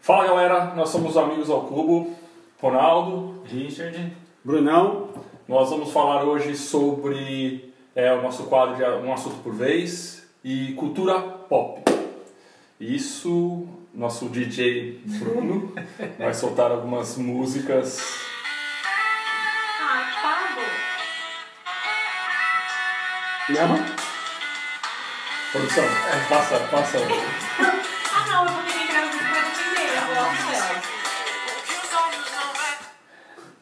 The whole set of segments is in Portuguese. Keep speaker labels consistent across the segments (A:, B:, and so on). A: Fala galera, nós somos amigos ao cubo, Ronaldo,
B: Richard,
C: Brunão,
A: nós vamos falar hoje sobre é, o nosso quadro de Um Assunto por Vez e cultura pop. Isso, nosso DJ Bruno vai soltar algumas músicas.
D: Ai, pago.
C: leva.
A: Produção, passa, passa.
D: Ah, não, eu vou ter que entrar no grupo pra defender. Eu gosto dela.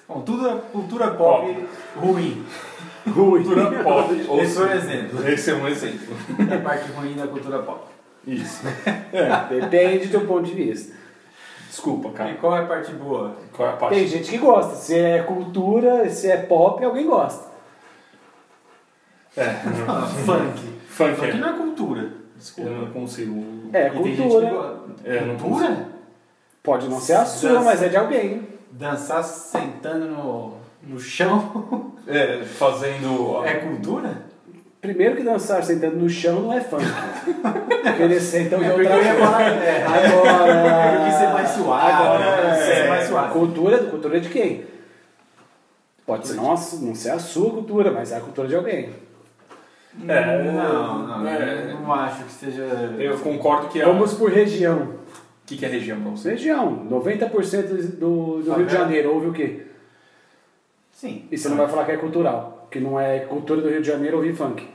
B: Bom, tudo é cultura pop ruim.
C: Ruim.
A: Cultura pop. ou
B: Esse é um
A: seja,
B: exemplo.
A: Esse é um exemplo.
B: A parte ruim da cultura pop.
A: Isso.
C: Depende do ponto de vista.
A: Desculpa,
B: E
A: cara.
B: qual é a parte boa?
A: Qual é a parte?
C: Tem gente que gosta. Se é cultura, se é pop, alguém gosta.
A: É,
B: Ah, funk.
A: funk
B: Funk
A: é.
B: não é cultura.
A: Eu
B: Desculpa.
A: não consigo.
C: É
B: E tem gente que
C: cultura.
B: gosta.
A: É, não
B: Cultura?
C: Pode não ser a sua,
B: Dança.
C: mas é de alguém.
B: Dançar sentando no, no chão
A: É, fazendo.
B: é cultura?
C: Primeiro que dançar sentando no chão não é funk. Porque eles sentam de
B: É porque
C: outra
B: eu ia
C: forma.
B: falar. É,
C: Agora.
B: Tem que ser é mais suave,
C: Agora,
B: tem que ser
C: é,
B: mais suave.
C: Cultura, cultura de quem? Pode ser, nossa, não ser a sua cultura, mas é a cultura de alguém.
A: É,
B: não, não.
A: é.
B: eu Não acho que seja.
A: Eu concordo que é.
C: Vamos por região.
A: O que, que é região pra você?
C: Região, 90% do, do
B: Tá
C: Rio
B: vendo?
C: de Janeiro ouve o quê?
B: Sim.
C: E você não vai falar que é cultural, que não é cultura do Rio de Janeiro ouvir funk.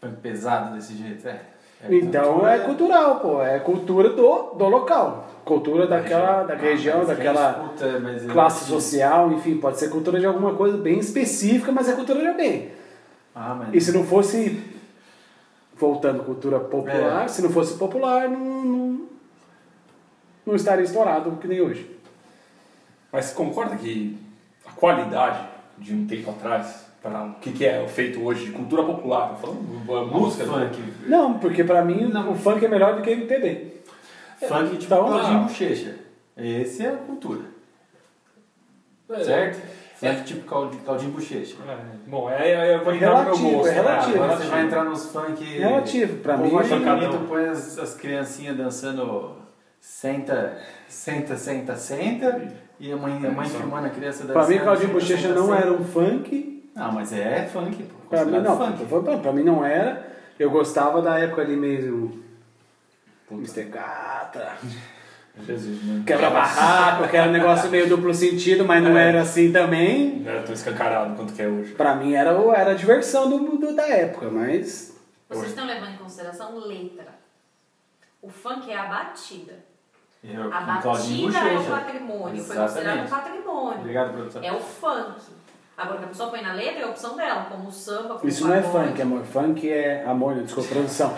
B: Funk pesado desse jeito, é. É
C: Então é cultural, pô, é cultura do, do local. Cultura daquela,
B: Ah,
C: da região,
B: mas tem
C: daquela
B: disputa, mas eu-
C: classe social, enfim, pode ser cultura de alguma coisa bem específica, mas é cultura de alguém.
B: Ah, mas
C: E se não fosse, voltando à cultura popular,
B: É.
C: se não fosse popular, não, não, não estaria estourado que nem hoje.
A: Mas você concorda que a qualidade de um tempo atrás para o que, que é feito hoje de cultura popular, tá falando uh, música,
B: funk.
C: Não, porque pra mim
B: Não.
C: o funk é melhor do que MPB.
B: Funk tipo
C: Então,
B: Claudinho
A: ah.
B: Bochecha. Esse é a cultura,
A: É,
B: certo?
A: É.
B: Funk tipo Claudinho, Claudinho Bochecha.
A: é, bom, é, é, eu vou
C: É
A: entrar no meu
C: relativo,
A: gosto.
C: é relativo.
A: Ah,
B: Agora você vai entrar nos funk...
C: Relativo, pra
B: O povo
C: mim,
B: acha
A: cada
B: bonito,
A: um.
B: põe as, as criancinhas dançando... Senta, senta, senta, senta. E a mãe, a mãe
A: Sim.
B: filmando a criança dançando.
C: Pra mim, Claudinho
B: senta,
C: Bochecha
B: senta,
C: não
B: senta.
C: era um funk,
B: Não, mas é funk, pô.
C: Pra mim,
B: considerado
C: não,
B: funk.
C: tô falando, pra mim não era. Eu gostava da época ali mesmo. Mr. Gata.
A: Jesus, né? mano.
C: Quebra-barraco, que era um negócio meio duplo sentido, mas não
A: É.
C: era assim também.
A: É, Eu tô escancarado quanto que é hoje.
C: Pra mim era, o- era a diversão do, do- da época, mas.
A: Oi.
D: Vocês estão levando em consideração letra. O funk é a batida.
B: Eu,
D: A
B: com Claudinho
D: batida é o
B: Bochecha.
D: patrimônio. Foi considerado um
B: Exatamente.
D: patrimônio.
B: Obrigado, produção.
D: É o funk. Agora, que a pessoa põe na letra é a opção dela, como o samba, como
C: Isso
D: o
C: não é
D: pagode.
C: funk, amor. Funk é. Amor, não, desculpa, produção.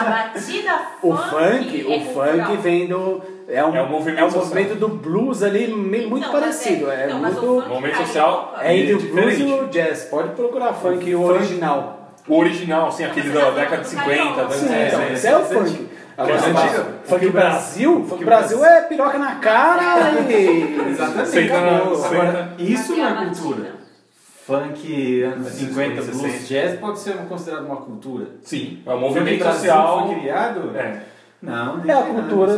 D: A batida
C: O funk,
D: é
C: o
D: cultural.
C: funk vem do. É um,
A: É um movimento
C: é um
A: social.
C: movimento do blues ali, meio- muito
D: Então, mas
C: parecido. É,
D: então, mas o
C: muito.
D: funk
A: Movimento
D: carioca-
A: social
C: É entre o blues
A: diferente.
C: e o jazz. Pode procurar funk, o original.
A: O original, assim, aquele da década de 50, da
D: Sim,
C: Sim, então,
A: é,
C: esse é o funk. Agora
A: Esse
C: você
A: é
C: fala,
A: antigo.
C: funk Brasil? Funk Brasil é piroca na cara e...
B: Exatamente.
A: Senta na-
B: Acabou.
A: senta.
B: Agora, isso
D: Aqui
B: não
D: é
B: é
D: a
B: cultura.
D: batida.
B: Funk, anos 50,
A: 60.
B: blues, jazz pode ser considerado uma cultura.
A: Sim, é um
B: Porque
A: movimento
B: o Brasil
A: social.
B: Foi criado?
A: É.
B: Não,
C: É a cultura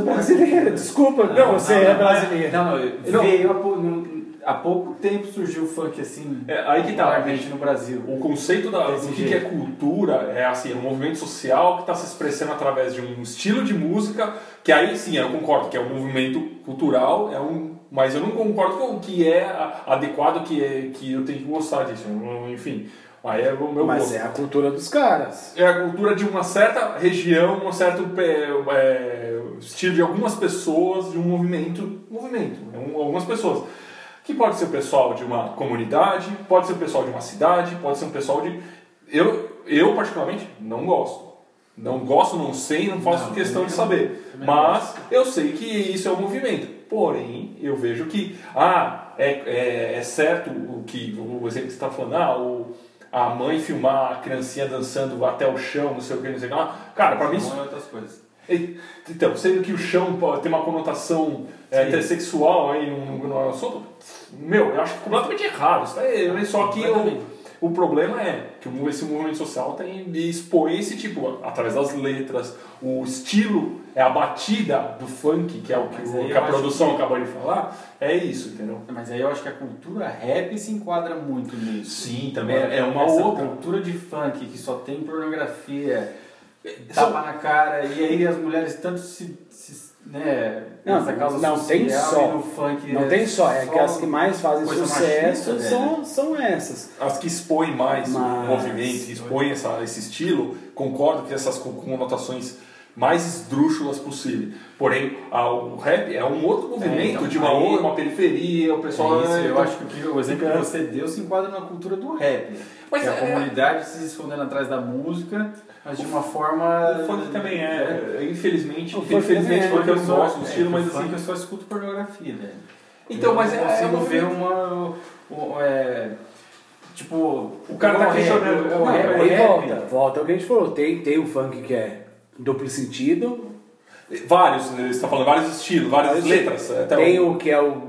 C: brasileira. Desculpa,
B: Não,
C: você
B: não,
C: é
B: não,
C: brasileiro.
B: Não, não,
A: Não.
B: veio há, pou- num- há pouco tempo surgiu o funk assim.
A: É, aí que tá.
B: popularmente no Brasil.
A: O conceito da,
B: Desse
A: do que, que é
B: jeito.
A: cultura é assim, é um movimento social que está se expressando através de um estilo de música, que aí sim, eu concordo que é um movimento cultural, é um, mas eu não concordo com o que é a- adequado, que, é, que eu tenho que gostar disso. eu não- Enfim, aí é o meu
C: Mas
A: gosto.
C: é a cultura dos caras.
A: É a cultura de uma certa região, um certo é, é, estilo de algumas pessoas, de um movimento. Movimento, né? Um- algumas pessoas. Que pode ser o pessoal de uma comunidade, pode ser o pessoal de uma cidade, pode ser um pessoal de. Eu, eu particularmente, não gosto. Não gosto, não sei, não faço
B: Não,
A: questão de
B: eu
A: saber.
B: também não
A: Mas eu sei que isso é um movimento. Porém, eu vejo que, ah, é, é, é certo o que o exemplo que você está falando, ah, o, a mãe filmar a criancinha dançando até o chão, não sei o que, não sei o que lá. Cara, pra mim isso.
B: Não é outras coisas.
A: e- Então, sendo que o chão pô, tem uma conotação é,
B: Sim.
A: intersexual aí no, no assunto, meu, eu acho completamente errado. Isso daí, só que eu,
B: Completamente.
A: O problema é que o mov- esse movimento social tem de expõe esse tipo, através das letras, o estilo, é a batida do funk, que é o que,
B: Mas
A: o-
B: aí
A: que
B: eu
A: a
B: acho
A: produção acabou de falar, é isso, entendeu?
B: Mas aí eu acho que a cultura rap se enquadra muito nisso.
A: Sim,
B: É, é uma
A: Essa
B: outra cultura de funk que só tem pornografia, é,
A: Só-
B: tapa na cara, e aí as mulheres tanto se. se, né,
C: Não,
B: nessa causa
C: não tem
B: social
C: só.
B: e no funk
C: Não
B: é
C: tem só, é que as que mais fazem
B: coisa
C: sucesso
B: machista,
C: são, são essas.
A: as que expõem mais
C: Mas-
A: o movimento, que expõem essa- esse estilo, concordo que essas com conotações mais esdrúxulas possível. Porém, a- o rap é um outro movimento
B: então,
A: de uma,
B: aí-
A: outra, uma periferia, o
B: É
A: pessoal.
B: isso,
A: ah,
B: eu
A: então-
B: acho que o exemplo que você deu se enquadra na cultura do rap.
A: Mas
B: que é a
A: é-
B: comunidade se escondendo atrás da música, mas de uma forma.
A: O funk também é, infelizmente,
C: O funk
A: infelizmente
C: também é,
A: foi que eu
B: só-
A: gosto do
B: é,
A: estilo, mas
B: o funk
A: assim.
B: eu só escuto pornografia, né?
A: Então, mas
B: eu
A: é,
B: não
A: é,
B: consigo
A: um
B: ver
A: movimento-
B: uma. o- é, tipo.
A: O cara tá
B: igual rap,
A: questionando,
B: é o
A: Não,
B: rap,
A: mas
B: o
C: aí
B: rap.
C: volta, volta ao que a gente falou. Tem, tem o funk que é duplo sentido,
A: assim, Vários, você está falando, vários estilos, várias
C: Vários
A: letras. Até
C: tem
A: um-
C: o que é o,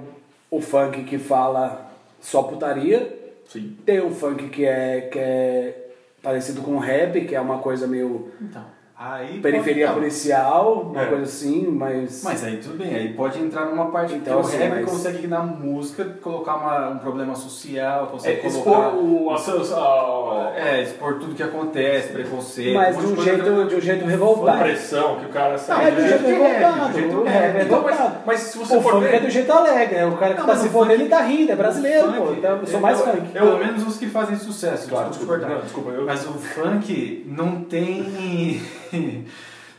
C: o funk que fala só putaria,
A: Sim.
C: tem o funk que é, que é parecido com rap, que é uma coisa meio
B: Então, aí
C: periferia
B: pode-
C: policial, uma
A: É.
C: coisa assim, mas...
B: Mas aí tudo bem, aí pode entrar numa parte
C: Então,
B: que o
C: assim,
B: rap
C: mas-
B: consegue na música colocar uma- um problema social, consegue
A: É,
B: colocar.
A: expor o, a, a,
B: É, expor tudo que acontece, preconceito.
C: Mas
B: um
C: de
B: monte
C: um
B: de coisa
C: jeito, de um jeito
A: a
C: revoltado.
A: pressão que o cara sai.
B: Ah,
C: É do
B: é
C: jeito
B: jeito
C: revoltado,
B: rap, do jeito
C: o
B: rap.
C: rap é
A: Então, mas,
C: revoltado.
A: mas se você
C: O
A: for
C: funk
A: ver.
C: é do jeito alegre, é o cara que
B: Não,
C: tá
B: mas
C: se
B: o
C: fodendo
B: funk-
C: e tá rindo, é brasileiro, pô.
B: Funk, É,
C: Então eu sou mais
B: eu-
C: funk.
B: Pelo menos os que fazem sucesso,
A: Claro, desculpa,
B: desculpa, te
A: não,
B: cortar.
A: desculpa, eu.
B: Mas o funk não tem.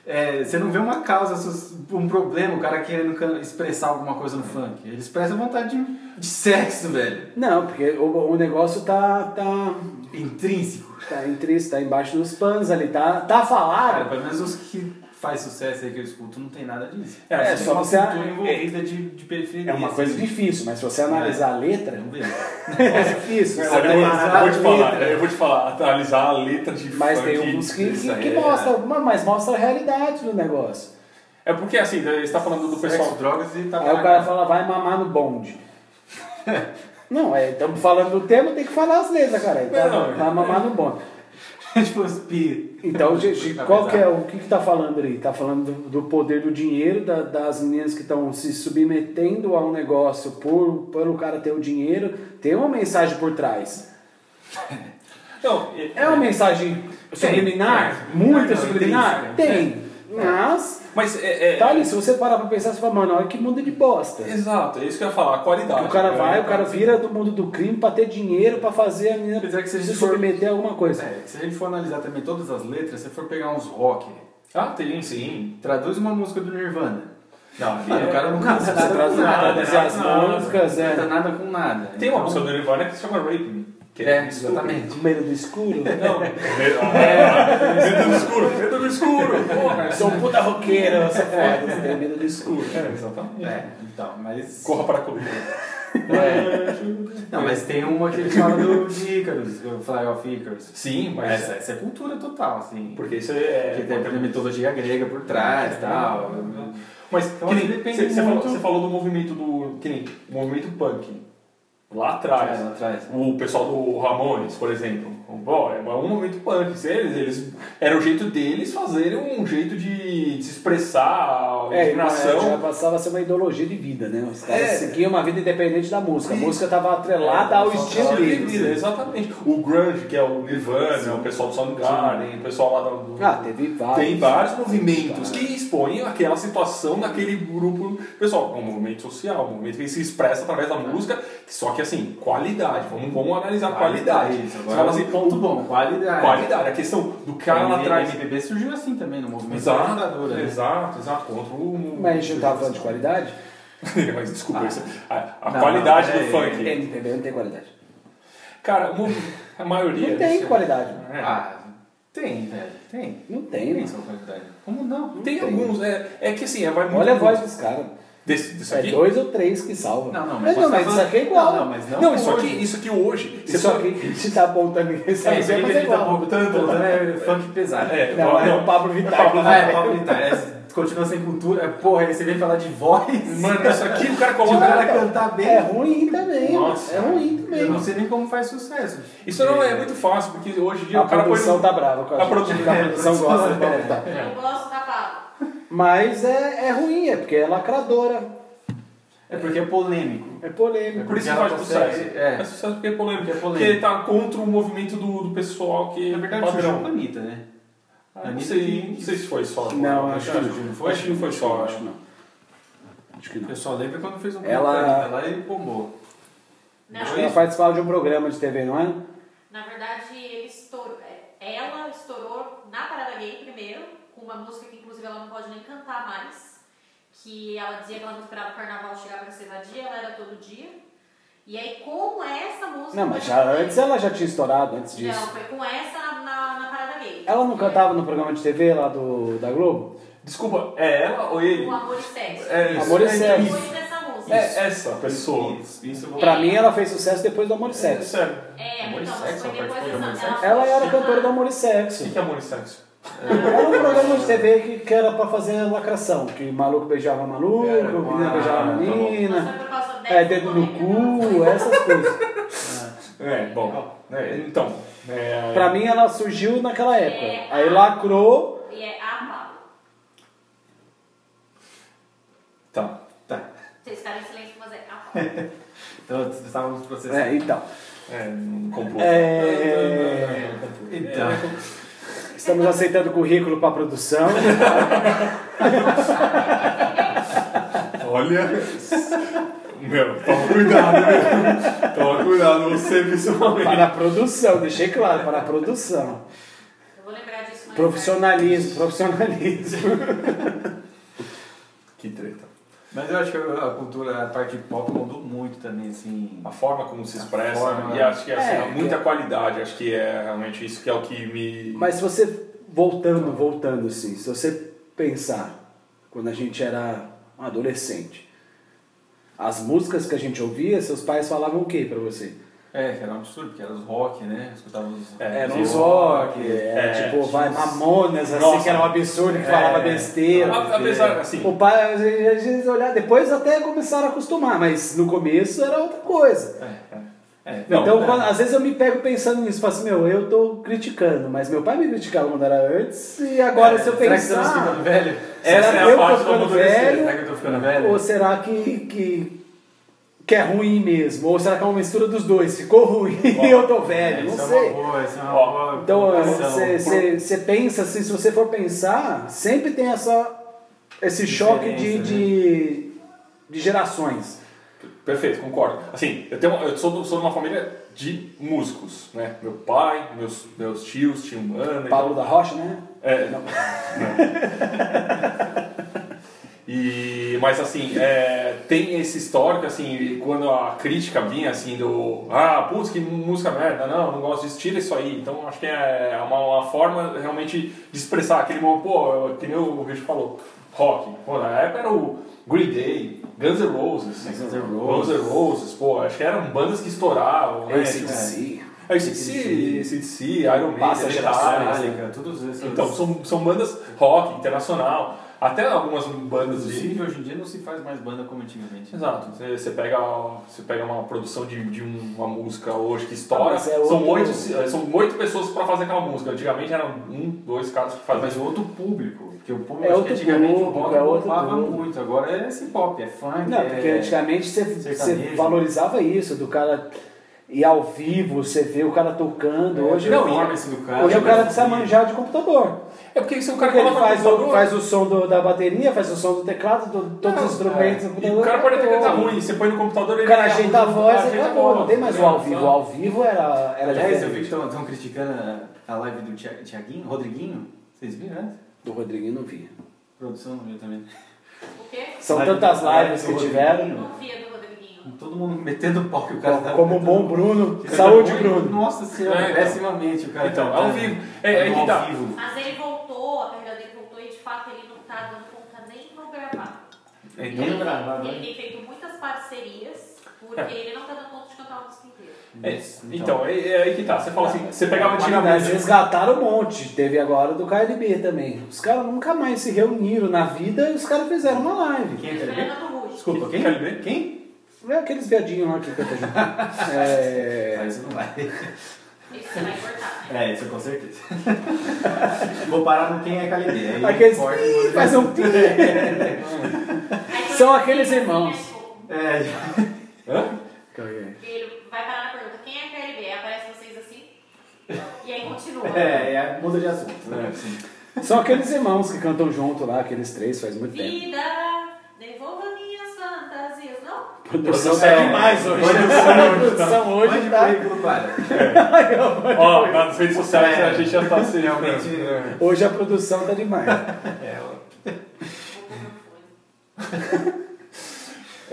B: É, você não vê uma causa, um problema, o cara querendo can- expressar alguma coisa no funk. Ele expressa vontade de, de sexo, velho.
C: Não, porque o, o negócio tá, tá,
B: Intrínseco.
C: tá intrínseco, tá embaixo dos panos ali, tá, tá
B: Cara,
C: falado.
B: pelo menos os que faz sucesso aí que eu escuto não tem nada disso.
C: É,
B: Tem
C: só
B: uma
C: você-
B: cultura envolvida de, de periferia.
C: É uma coisa
B: assim. né?
C: difícil, mas se você analisar a letra,
B: Não vejo.
C: é difícil. você
A: Olha,
C: analisar
A: eu
C: a
A: vou te falar,
C: letra.
A: eu vou te falar, atualizar a letra de
C: Mas
A: funk,
C: tem uns que,
A: isso
C: que,
A: aí
C: que
A: é-
C: mostra, mas mostra a realidade do negócio.
A: É porque assim, você está falando do
B: Sexo,
A: pessoal.
B: drogas e
C: Aí
B: tabaco.
C: o cara fala, vai mamar no bonde. Não, é, estamos falando do tema, tem que falar as letras, cara. Tá,
A: Não.
C: vai mamar no bonde.
B: tipo, os pi.
C: Então, gente,
B: Tá
C: qual que é
B: pesado.
C: o que está falando ali? Está falando do, do poder do dinheiro, da- das meninas que estão se submetendo a um negócio por pelo cara ter o dinheiro. Tem uma mensagem por trás.
A: Não,
C: É uma mensagem subliminar, muito
B: Não, não,
C: subliminar.
B: intrínseca.
C: Tem, mas
A: mas é. é-
C: tá ali. Se você parar para pensar, você fala, mano, olha que mundo de bosta.
A: Exato, é isso que eu ia falar, a qualidade.
C: O cara
A: né?
C: vai, o cara vira do mundo do crime para ter dinheiro para fazer a menina
B: Apesar que se a
C: se
B: gente for-
C: submeter a alguma coisa.
B: É, se a gente for analisar também todas as letras, se for pegar uns rock,
A: Ah, tem sim.
B: traduz uma música do Nirvana.
A: Não,
C: Ah,
A: aqui
B: Mano,
A: é-
B: o cara não canta
C: Você
B: nada
C: traz
B: com nada,
C: nada,
B: né?
A: né?
C: as
A: Nada.
C: músicas,
B: Não canta
C: é.
B: nada com nada.
A: Tem uma
B: Então,
C: um-
A: música do Nirvana que se chama Rape Me. Que
B: É,
A: isso.
B: exatamente.
C: Medo do escuro.
A: Não, medo do escuro, medo do escuro. Porra,
C: Sou um puta roqueiro, você é foda, você tem medo do escuro.
A: É, exatamente.
B: É, então, mas.
A: Corra para a corrida.
B: É. Não, mas tem uma que ele fala do de Icarus, do Fly of Icarus.
A: Sim, mas.
B: Essa, essa é cultura total, assim.
A: Porque isso é.
B: Porque tem a mitologia grega por trás e tal.
A: Mas
B: Então,
A: que
B: assim,
A: nem-
B: depende
A: você, você falou,
B: muito-
A: você falou do movimento do. Que nem, o movimento punk. Lá atrás.
B: É, Lá atrás.
A: O pessoal do Ramones, por exemplo. Bom, é um movimento punk. Se Eles, eles, era o jeito deles fazerem um jeito de, se expressar, a
C: É, já
A: indignação.
C: passava a ser uma ideologia de vida, né? Os caras
A: É.
C: seguiam uma vida independente da música. A
A: Sim.
C: música estava atrelada
B: É,
C: ao
B: só
C: estilo né?
B: tava
A: Estilo de
C: dele.
A: vida, exatamente. O grunge, que é o Nirvana, o pessoal do Soundgarden, o pessoal lá do...
C: Ah, teve vários.
A: Tem vários movimentos que expõem aquela situação daquele grupo. Pessoal, é um movimento social, um movimento que se expressa através da música, só que assim, qualidade. Vamos, vamos analisar a qualidade. Você
B: Isso, agora
A: fala
B: é um
A: assim,
B: ponto bom, qualidade.
A: qualidade, a questão do cara
C: é
A: lá
B: O
A: atrás.
B: MPB surgiu assim também, no movimento da
A: Exato,
B: ditadura, né?
A: exato, exato. Contra o.
C: Mas a gente não tava falando de qualidade? Ah.
A: Mas desculpa, isso- a, a
B: Não,
A: qualidade
B: não,
A: do
B: é-
A: funk.
C: MPB não tem qualidade.
A: Cara, mo- a maioria.
C: Não tem
B: assim.
A: desse-
C: qualidade. né?
A: É.
B: Ah, tem, velho. Tem.
C: Não tem,
B: Tem
C: mano.
B: sua qualidade. Como não?
A: Tem
C: Tem.
A: alguns, é, é que assim, é, vai muito.
C: Olha a voz dos caras.
A: Desse, desse
C: É
A: aqui?
C: dois ou três que salvam.
B: Não, não, mas
C: mas, não,
B: você tá
C: mas isso
B: falando-
C: aqui é igual.
B: Não, não, mas não.
A: Não, isso
B: hoje.
A: aqui, isso aqui hoje.
C: Isso
A: só-
C: aqui que a gente tá apontando ninguém
B: É,
C: sabe,
B: isso aí que
C: mas
B: a
C: é
B: gente tá
C: igual.
B: apontando, apontando é funk pesado.
A: É,
C: Não, é o Pablo Vittar.
B: Ah, é, Pablo Vittar. É continua sem cultura. Porra, aí você vem falar de voz.
A: Mano, isso aqui o cara
B: de um
A: coloca. né?
B: cara cantar bem.
C: É ruim também,
A: Nossa.
C: mano. É ruim também.
B: eu não sei nem como faz sucesso.
A: Isso não é muito fácil, porque hoje em dia
C: A
A: o cara põe.
C: produção tá brava com a,
A: A
C: gente.
A: produ-
C: A produção gosta de
B: É.
C: palpitar.
D: Eu gosto da Paula.
C: Mas é, é ruim, é porque é lacradora,
B: É porque é polêmico.
C: é polêmico.
A: Por isso que
B: Ela
A: faz
B: consegue-
A: sucesso.
B: é.
A: Faz sucesso porque é polêmico.
B: Porque é polêmico.
A: Porque ele tá contra o movimento do, do pessoal que
B: Na É verdade, surgiu com a
A: padrão.
B: Anitta, né?
A: Ah, não, sei, não sei se foi só.
C: Não, acho que não
A: foi. Acho que não foi só.
C: Acho que não. Acho que não.
B: Eu só lembro quando fez um
C: Ela-
B: com a Anitta lá e bombou.
D: Não,
B: Foi
C: Ela
B: isso?
C: participava de um programa de TV, não é?
D: na verdade, ele estourou, é, ela estourou na Parada Gay primeiro, com uma música que inclusive ela não pode nem cantar mais. Que ela dizia que ela não esperava o carnaval chegar pra ser vadia, ela era todo dia. E aí com essa música.
C: Não, mas já antes ela já tinha estourado antes
D: Não,
C: disso.
D: foi com essa na, na, na Parada Gay.
C: Ela não cantava no programa de TV lá do, da Globo?
A: Desculpa, é ela ou ele?
D: O Amor e Sexo.
A: É isso.
C: Amor e
A: é, então
C: sexo.
A: isso.
D: Depois dessa música.
A: É essa pessoa.
B: Isso, isso eu vou...
C: Pra mim ela fez sucesso depois do Amor e
A: É
C: Sexo.
A: sério.
D: É,
B: Amor e
D: então, mas
B: Sexo,
D: foi
B: ela
D: depois
B: participou de Amor e
D: dessa.
B: Sexo?
C: Ela era
D: chamada-
C: cantora do Amor e
A: O que
C: Sexo.
A: que é amor e sexo?
C: Era um programa de TV que, que era pra fazer lacração. Que maluco beijava maluco,
B: Era,
C: menina
B: ah,
C: beijava
B: tá bom.
D: Mas
C: menina.
D: foi por causa dessa
C: É, dedo no
D: polêmica que
C: cu,
D: ela
C: essas coisas.
A: É, bom. é, então. É,
C: Pra mim ela surgiu naquela
D: É.
C: época. Aí lacrou,
D: foi. E é a Paula.
A: Tá.
B: Tá.
D: Vocês ficaram em silêncio, mas é a Paula.
B: Então, estávamos processando.
C: É, então.
A: É, não comprou.
C: É.
A: Não, não, não, não comprou.
B: Então,
C: Estamos assim. aceitando currículo para produção.
A: Olha. Meu, toma cuidado, né? Toma cuidado, você principalmente.
C: Para a produção, deixei claro, para a produção.
D: Eu vou lembrar disso mais
C: Profissionalismo, profissionalismo.
A: Que treta.
B: mas eu acho que a cultura, a parte pop mudou muito também, assim.
A: A forma como se
B: A
A: expressa,
B: forma.
A: e acho que assim,
C: É,
A: há muita
C: que-
A: qualidade, acho que é realmente isso que é o que me.
C: Mas se você, voltando, voltando assim, se você pensar, quando a gente era um adolescente, as músicas que a gente ouvia, seus pais falavam o que para você?
B: É, que era um absurdo, porque era os rock, né? Escutava os...
A: É,
C: Era
A: sim.
C: um rock,
A: É,
C: era tipo, vai
A: Jesus.
C: mamonas, assim,
A: Nossa.
C: que era um absurdo, que falava
B: É.
C: besteira.
A: A- Apesar, assim,
C: O pai, às vezes, às vezes, olhar, depois até começaram a acostumar, mas no começo era outra coisa.
B: É,
A: Não,
C: então,
A: né?
C: quando- às vezes eu me pego pensando nisso, falo assim, meu, eu tô criticando, mas meu pai me criticava quando era antes, e agora se eu
B: É, Será que você não
C: pensar,
B: ficando velho?
A: Essa é
C: será
A: a
C: que eu
A: parte
C: tô
A: do
C: ficando
A: amadurecer,
C: velho,
B: Será né, que eu tô ficando velho?
C: ou será que, que, que é ruim mesmo, ou será que é uma mistura dos dois, ficou ruim
A: Ó,
C: e eu tô
B: É,
C: velho, não
B: isso é
C: sei.
B: uma boa, isso é uma
A: Ó,
B: boa
C: Então,
B: preocupação.
C: você pensa, assim, se você for pensar, sempre tem essa, esse choque de,
B: Diferença, né?
C: de, de gerações.
A: Perfeito, concordo. Assim, eu, tenho, eu sou, do- sou de uma família de músicos, né? Meu pai, meus, meus tios tinham banda.
C: Paulo da Rocha, né?
A: então- é, não. E, mas assim, é, tem esse histórico, assim, quando a crítica vinha assim do Ah, putz, que música merda, não, não gosto disso, tira isso aí. Então acho que é uma, uma forma realmente de expressar aquele momento, pô, que nem o Rich falou, rock. Pô, na época era o Green Day, Guns N' Roses,
B: Guns N'
A: Guns N' Roses, pô, acho que eram bandas que estouravam,
B: é,
A: né?
C: AC/DC.
A: Tipo, AC/DC, AC/DC, Iron Maiden,
C: Passa
A: Metallica,
C: gerações,
B: Metallica, todos esses.
A: então, são, são bandas rock, internacional, até algumas bandas de.
B: Inclusive, hoje em dia não se faz mais banda como antigamente.
A: Exato, você você pega, você pega uma produção de, de um- uma música hoje que estoura,
C: Ah, mas é
A: são,
C: outro-
A: oito, são oito pessoas pra fazer aquela música. Antigamente eram um, dois caras que faziam.
B: Mas é outro público, porque o público
C: É
B: acho
C: outro
B: que antigamente
C: público,
B: o rock
C: é outro
B: bombava
C: público.
B: muito, agora é esse pop, é funk,
C: Não,
B: é...
C: porque antigamente você, você
B: sertanejo.
C: valorizava isso, do cara ir ao vivo, você vê o cara tocando.
B: É,
C: hoje
A: não,
B: performance do cara. né,
C: hoje o cara
B: perfil.
C: precisa manjar de computador.
A: É porque se o cara
C: Porque ele
A: coloca
C: faz o,
A: computador-
C: faz o som do- da bateria, faz o som do teclado, do- todos
A: Não,
C: os instrumentos.
B: é.
C: do
A: E
C: computador,
A: o cara pode até
C: acabou.
A: cantar ruim, você põe no computador ele
C: O cara
A: ajeita
C: ajeita a voz e
A: ajeita a é Então,
C: acabou, não tem mais o ao
A: Não,
C: vivo. O
A: não.
C: ao vivo era, era
B: Aliás, eu vi
C: diferente.
B: que estão criticando a, a live do Thi- Thiaguinho, Rodriguinho, vocês viram, né?
C: Do Rodriguinho não via.
B: Produção não viu também.
D: O quê?
C: São
B: Live-
C: tantas
A: é
C: lives
B: live
C: que
B: do
C: tiveram.
B: Rodriguinho.
D: Não via do Rodriguinho.
B: Todo mundo metendo o pau que o cara
A: tá
B: tava
C: Como
B: cantando.
C: bom Bruno.
B: Ele
C: Saúde,
B: tava ruim.
C: Bruno.
B: Nossa senhora,
A: É, então.
B: pessimamente o cara
A: Então, ao
B: cantando.
A: vivo. É, é
B: No
A: que
B: ao
A: tá.
B: vivo.
D: Mas ele voltou, a carreira dele voltou e de fato ele não tá dando conta nem pra gravar.
B: É, nem gravado,
D: Ele
B: né?
D: tem feito muitas parcerias Porque ele não tá dando conta de cantar uma música inteira.
A: É, então, é, é aí que tá. Você fala assim, você pegava
C: Mas
A: antigamente.
C: resgataram um monte. Teve agora do KLB também. Os caras nunca mais se reuniram na vida e os caras fizeram uma live.
A: Então.
B: Quem é aquele?
D: Fernando Ruiz.
B: Desculpa, quem?
A: KLB?
B: Quem?
C: É aqueles viadinhos lá que canta junto. É,
B: Mas isso não vai.
D: Esse você vai cortar, né?
B: É, isso com certeza. Vou parar no quem é Calibê. aí
C: aqueles.
B: corta,
C: Ih,
B: manda-
C: faz
A: né?
C: um pi.
D: Aí quando
C: São
D: ele
C: aqueles
D: fica assim,
C: irmãos.
D: né, tipo,
B: É,
A: Hã?
D: Ele vai parar na pergunta, quem é KLB? Aí Aparece vocês assim. E aí continua.
B: é, é, muda de assunto. né?
C: São aqueles irmãos que cantam junto lá, aqueles três, faz muito tempo.
D: Vida, devolva minhas fantasias. Não?
C: Produção tá
B: Produção é-
C: Produção
B: Mande
C: hoje tá.
B: currículo para.
A: Ó, nas redes sociais
B: É.
A: a gente já tá se
B: Realmente.
A: É.
C: Hoje a produção tá demais.
B: É, ó.
D: Vou pôr meu fone.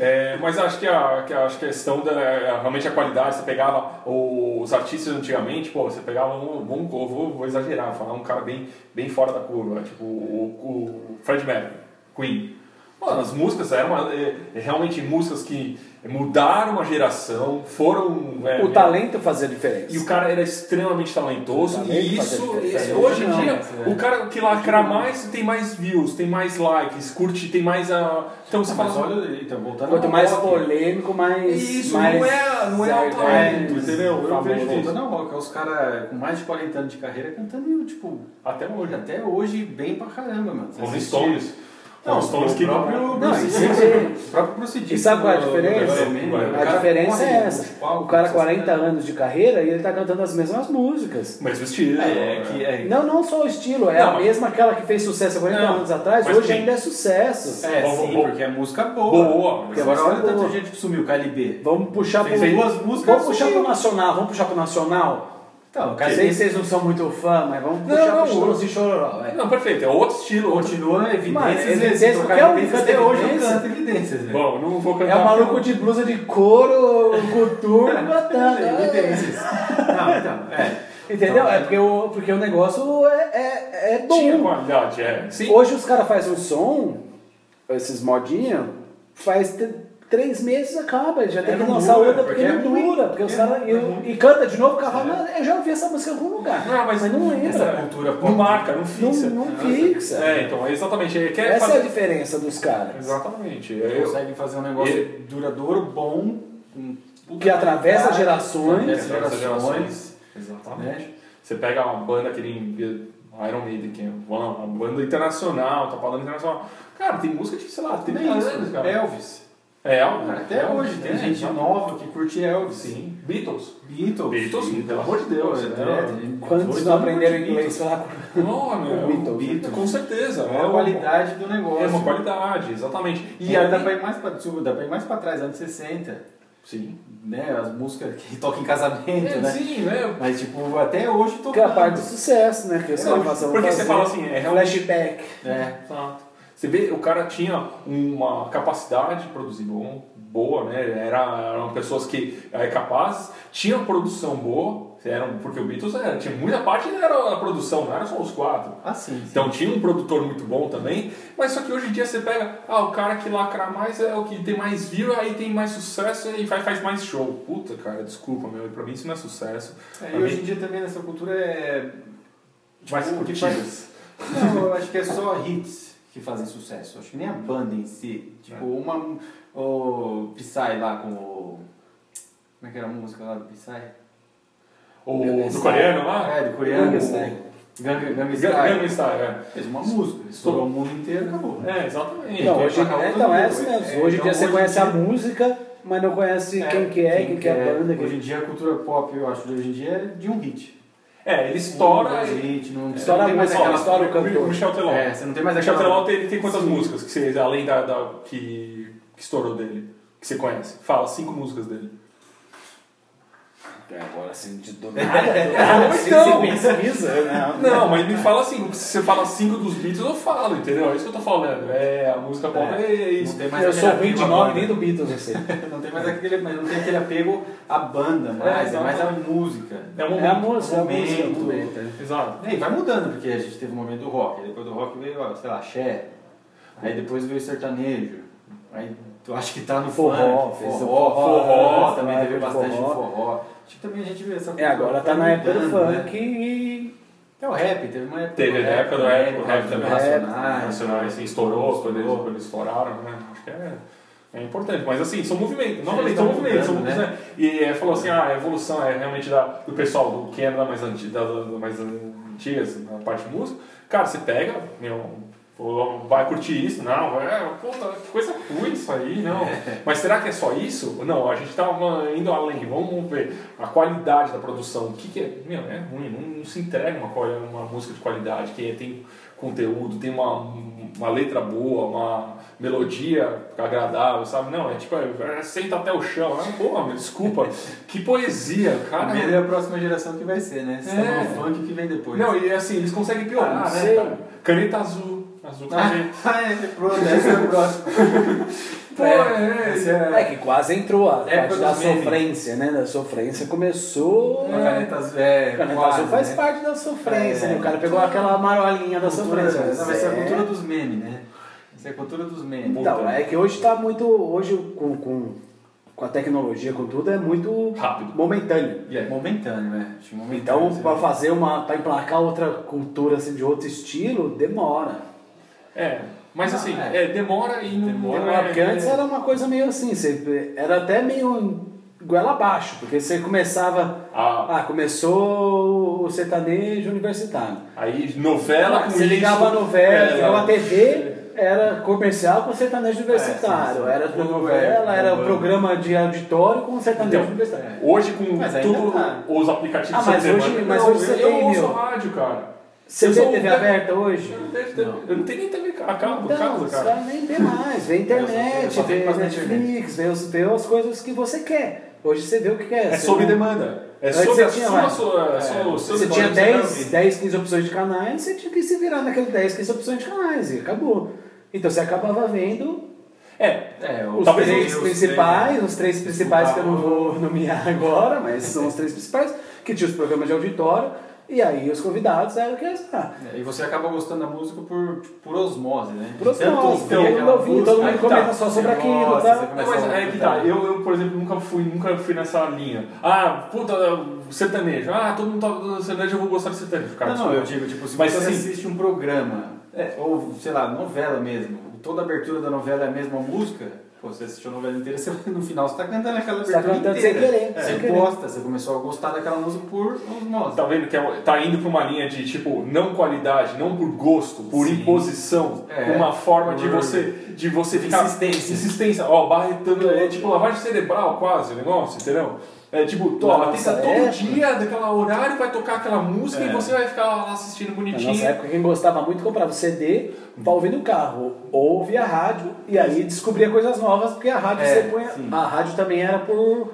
A: É, mas acho que a, que a- acho que a questão da é, realmente a qualidade, você pegava os artistas antigamente, pô, você pegava um, um eu vou, vou exagerar, falar um cara bem, bem fora da curva, tipo o, o Fred Mercury, Queen. Mano, as músicas eram é, é realmente músicas que mudaram a geração, foram. é,
C: O talento fazia diferença.
A: E o cara era extremamente talentoso.
C: O talento
A: E
C: fazia
A: isso,
C: diferença.
A: isso,
C: É,
A: hoje em
C: não,
A: dia,
B: mas, é.
A: o cara que lacra mais tem mais views, tem mais likes, curte, tem mais. a Então
C: Ah,
A: você
B: Mas
A: fala.
B: olha, então, voltando
C: tá Quanto
B: ao
C: mais
B: rock,
C: polêmico, mais.
A: Isso,
C: mais
A: não é- não é alto
C: mais
A: talento, entendeu? Eu
C: famoso.
A: vejo isso.
B: Voltando ao rock, é os caras com mais de 40 anos de carreira cantando, tipo,
A: Até hoje.
B: até hoje bem pra caramba, mano. Você
A: Rolling
B: assiste-
A: Stones.
B: Não,
A: Rolling Stones que
B: o próprio
C: Não,
B: Bruce
C: e
B: Dickinson,
C: sempre-
B: o próprio Bruce Dickinson
C: E sabe qual é a
B: do-
C: diferença?
B: do Iron Man,
A: A
B: o
C: A
B: cara
C: diferença
B: corre,
C: é
B: puxa
C: essa.
B: palco, tá-
C: O cara,
B: essas
A: tá-
C: 40
B: coisas.
C: anos de carreira, e ele tá cantando as mesmas músicas.
A: Mas o estilo.
B: É, é que é,
C: Não, não só o estilo, é
A: Não,
C: a
A: mas-
C: mesma aquela que fez sucesso há 40
A: Não,
C: anos atrás,
A: mas
C: hoje
A: tem.
C: ainda é sucesso.
B: é
A: Boa,
B: sim,
A: boa.
B: porque é música boa.
A: Boa.
B: Porque
A: mas-
B: agora
C: música
B: olha tanta
C: boa.
B: gente que sumiu, KLB.
C: Vamos puxar pro.
B: Fez duas músicas,
C: Vamos puxar pro
B: sumiu.
C: nacional, vamos puxar pro nacional.
B: Então, o
C: Eu sei que vocês não são muito fã, mas vamos puxar
A: não,
C: pro Chororó e Chororó. vai.
A: Não, perfeito. É outro estilo. Outro...
B: continua
C: Mano,
B: evidências, né? Então,
C: evidências,
B: evidências,
C: qualquer um
B: evidências
C: canta
B: até hoje eu
C: evidências.
B: canto evidências, né? velho.
A: Bom, não vou cantar.
C: É o maluco de blusa de couro, coturno, cantando. é.
B: evidências. Não, então, é.
C: Entendeu? É porque o, porque o negócio é, é, é
A: Tinha
C: bom.
A: qualidade, é. Tipo, Sim.
C: Hoje os caras fazem um som, esses modinha, faz t- três meses acaba, já tem
B: É,
C: que
B: não
C: lançar
B: dura,
C: outra porque,
B: porque é
C: não
B: ruim.
C: dura, porque os
B: É
C: caras.
B: ruim,
C: E,
B: é ruim.
C: e canta de novo, o cara fala, "Não, eu já ouvi essa música em algum lugar.
A: Ah, mas
C: não
B: Essa
C: lembra.
B: cultura pop.
A: Não marca, não
C: Não,
A: fixa.
C: não fixa.
A: É, então, é exatamente. Ele quer
C: Essa é a
A: fazer.
C: diferença dos caras.
A: Exatamente. é
B: Eles
A: Eu-
B: conseguem fazer um negócio
A: E-
B: duradouro, bom, com puta
C: Que atravessa
B: qualidade,
C: gerações.
B: atravessa
A: Atravessa
B: gerações.
A: Exatamente.
B: Né?
A: Você pega uma banda que nem Iron Maiden, que é uma uma banda internacional, tá falando internacional. Cara, tem música de, sei lá, 30
B: Tem
A: anos,
B: isso,
A: cara.
B: Elvis.
A: É,
B: Cara, né? até hoje tem gente nova que curte Elvis.
A: Sim. Beatles.
B: Beatles.
A: Beatles, pelo amor de Deus,
B: É,
A: né?
B: tem-
C: Quantos
B: hoje todo mundo
C: não aprenderam
B: curte
C: inglês lá?
A: Não, é, meu.
C: Beatles.
B: Beatles.
A: Com certeza.
B: Beatles. É a
A: uma-
B: qualidade É do
A: É
B: negócio.
A: uma qualidade, exatamente.
B: E aí dá pra ir mais pra, desculpa, dá pra ir mais pra trás, anos 60,
A: Sim.
B: né? As músicas que tocam em casamento,
A: É,
B: né?
A: sim, né?
B: Mas tipo, até hoje tocando.
C: Que é a parte do sucesso, né? Que os
A: É,
C: caras passam
A: porque você
C: fazer.
A: fala assim, é realmente.
C: Flashback.
B: É.
A: Exato. Você vê, o cara tinha uma capacidade de produzir bom, boa, né? Era, eram pessoas que eram capazes, tinham produção boa, eram, porque o Beatles era, tinha muita parte era a produção, não era só os quatro.
C: Ah,
B: Assim. sim.
A: Então tinha um produtor muito bom também, mas só que hoje em dia você pega, ah, o cara que lacra mais é o que tem mais view, aí tem mais sucesso e vai, faz mais show. Puta, cara, desculpa, meu, pra mim isso não é sucesso.
B: É,
A: Pra
B: e
A: mim,
B: hoje em dia também nessa cultura é.
A: mais
B: o que
A: curtidas.
B: Não, eu acho que é só hits que fazem sucesso. Acho que nem a banda em si.
A: É.
B: Tipo, uma. O Psy lá com o. Como é que era a música lá do Psy?
A: O do coreano lá?
B: é, do coreano.
C: Gangnam Style.
B: Gangnam Gangnam
A: Gangnam
B: Style.
A: Style, é.
B: Fez uma música, estourou o mundo inteiro e acabou.
A: É, exatamente.
C: Então,
B: Então,
C: hoje,
B: pra cá,
C: é,
B: todo
C: então, é
B: mundo,
C: assim
B: é,
C: mesmo. Hoje em
B: então,
C: dia você
B: hoje em
C: conhece a
B: dia-
C: música, mas não conhece quem que é, quem, que é a banda.
B: Hoje em
C: Que...
B: dia a cultura pop, eu acho, de hoje em dia é de um hit.
A: É, ele estoura.
B: Um, dois hit, não,
C: Estoura
B: não tem
C: a
B: mais
C: música,
B: aquela
C: estoura o
A: O
C: cantor.
A: Michel Teló.
B: É, você não tem mais
A: O Michel
B: aquela.
A: Teló tem, ele tem quantas músicas que você, além da, da- que, que estourou dele, que você conhece? Fala cinco músicas dele.
C: Agora assim, de do nada,
B: É,
C: do nada, assim,
A: então.
C: sem
B: né?
C: pesquisa. Não,
A: Não, mas me fala assim, se você fala cinco dos Beatles, eu falo, entendeu? É isso que eu tô falando. É, a música pop é, isso.
B: Não tem mais
C: eu sou
B: aquele
C: ruim de
B: apego à
C: nome,
B: banda.
C: nem do Beatles, eu sei.
B: né? Não tem mais aquele, mas não tem aquele apego à banda mais, é,
C: então
A: exato.
C: tá.
B: mais à música.
A: É um
C: É a
A: momento.
C: música, é a
B: momento.
C: música. é o momento, é.
A: Exato.
B: E aí vai mudando, porque a um gente teve o momento do rock, aí depois do rock veio, ó, sei lá, Cher, aí depois veio o sertanejo, Aí tu acha que tá no
C: Forró,
B: funk, fez o
C: forró,
B: forró,
C: forró,
B: também
C: tá,
B: teve
C: época de
B: bastante
C: forró.
B: forró. forró. Acho que também a gente vê essa
C: É, agora tá
B: cultura
C: na época do
B: mudando, né?
C: funk e.
B: É o rap, teve uma época
A: Teve
B: do
A: a época do rap, o rap
B: dos
A: também.
B: Racionais.
A: Racionais, assim, estourou, quando eles,
B: É. Estourou.
A: quando eles estouraram, né? Acho que é, é importante. Mas assim, são movimentos,
B: Eles
A: novamente, são
B: estão
A: movimentos, são
B: mudando,
A: movimentos, né? E é, falou assim, ah, a evolução é realmente da, do pessoal do que era da mais, anti, da, da- da mais antigas, na parte de música. Cara, você pega, meu, pô, vai curtir isso, não, é, puta, que coisa ruim isso aí, não. Mas será que é só isso? Não, a gente tá uma- indo além, vamos ver a qualidade da produção, o que, que é. Meu, é ruim, não, não se entrega uma, qual- uma música de qualidade, que é, tem conteúdo, tem uma, uma letra boa, uma melodia agradável, sabe? Não, é tipo, é, é, senta até o chão, ah, porra, meu, desculpa, que poesia, cara.
B: Primeiro é a próxima geração que vai ser, né? Se tá
A: É.
B: no funk, o que vem depois?
A: Não, e assim, eles conseguem piorar,
C: Ah, não
A: né?
C: sei.
A: cara? Caneta azul, azul caneta.
B: Ah, é, pronto, essa é a próxima.
A: Pô, é,
B: esse
C: É que quase entrou a
B: Época
C: parte da
B: dos memes.
C: sofrência, né? Da sofrência começou.
B: A caneta azul é.
C: Caneta
B: quase,
C: azul faz
B: né?
C: parte da sofrência,
B: É.
C: né? O cara pegou aquela marolinha da
B: Cultura,
C: sofrência.
B: essa vai ser a
C: é.
B: cultura dos memes, né? Essa é a cultura dos memes.
C: Então,
A: Puta.
C: é que hoje tá muito. Hoje com, com, com a tecnologia, com tudo, é muito
A: Rápido.
C: momentâneo.
A: E aí?
B: Momentâneo, né? Acho momentâneo,
C: Então,
B: você
C: pra
B: vê.
C: fazer uma. pra emplacar outra cultura assim, de outro estilo, demora.
A: É, mas
B: Ah,
A: assim,
B: é.
A: é, demora e não
B: Demora, né?
A: não é-
C: Porque antes era uma coisa meio assim, você, era até meio goela abaixo, porque você começava.
A: Ah,
C: Ah, começou o sertanejo universitário.
A: aí novela com
C: Ah, Você
A: isso,
C: ligava a novela,
A: é,
C: ligava a TV, era comercial com sertanejo universitário.
B: É, sim, sim.
C: Era
B: Tudo
C: novela,
B: velho,
C: era
B: bombando.
C: programa de auditório com sertanejo
A: Então,
C: universitário.
A: Hoje com
B: Mas ainda
A: tudo,
B: tá.
A: os aplicativos
C: Ah, mas
A: de
C: hoje-
A: semana-
C: mas
A: Não,
C: hoje você
A: eu,
C: tem,
A: eu ouço
C: meu.
A: rádio, cara.
C: Você
A: Eu
C: vê
A: sou um
C: TV
A: cara-
C: aberta hoje?
A: Eu não, tenho TV
B: Não.
A: eu não tenho nem TV a cabo,
C: Então,
A: casa,
C: você
A: cara.
C: nem vê mais, vê
B: Eu
C: internet,
B: só
C: vê
B: tenho bastante
C: Netflix, vê, os- vê as coisas que você quer. Hoje você vê o que quer.
A: É
C: Você
A: sob
C: não-
A: demanda. É
C: Antes
A: sobre
C: você
A: a
C: tinha,
A: sua,
C: vai.
A: sua,
B: É,
A: sua,
B: você
A: seu
C: Você tinha
A: negócio que tá
C: 10,
A: ouvindo.
C: 10, 15 opções de canais, você tinha que se virar naquele 10, 15 opções de canais, e acabou. Então você acabava vendo
A: É,
B: É,
C: os
A: Talvez
C: três
A: os- os
C: principais,
B: né?
C: os três principais
A: Ah,
C: que eu não vou nomear agora, mas são os três principais, que tinha os programas de auditório, e aí os convidados eram que ah,
B: É, E você acaba gostando da música por, tipo, por osmose, né?
C: Por osmose,
B: Tanto ouvir
C: todo mundo
B: aquela
C: ouviu, todo
B: música,
C: mundo
B: aí
C: comenta
B: tá,
C: só
B: você
C: sobre aquilo,
B: gosta,
C: tá?
B: você começa
A: Mas
B: a
A: é que
B: escutar.
A: tá, eu, eu, por exemplo, nunca fui, nunca fui nessa linha. Ah, puta, sertanejo. Ah, todo mundo tá do sertanejo, eu vou gostar de sertanejo, cara.
B: Não, não, eu
A: desculpa.
B: digo, tipo, se
A: Mas,
B: você
A: assim,
B: assiste um programa, é, ou, sei lá, novela mesmo, toda abertura da novela é a mesma música, pô, você assistiu a novela inteira, você, no final você tá cantando aquela
C: Você tá
B: abertura
C: cantando sem
B: inteira.
C: querer,
B: É,
C: sem
B: você
C: querer.
B: gosta, você começou a gostar daquela música por osmose.
A: Tá vendo que é- tá indo pra uma linha de tipo, não qualidade, não por gosto, por
B: Sim.
A: imposição,
B: É.
A: uma forma de
B: Por-
A: você de você ficar
B: Insistência.
A: insistência, ó, barretando, é tipo lavagem cerebral quase, o negócio, entendeu? É tipo, ó,
C: Nossa,
A: tenta todo
C: é?
A: dia daquela horário vai tocar aquela música e você vai ficar lá assistindo
C: Na
A: bonitinho.
C: nossa época, quem gostava muito comprava o CD pra ouvir no carro, ou ouvia a rádio, e aí descobria coisas novas, porque a rádio
B: É,
C: você punha.
B: sim.
C: A rádio também era por,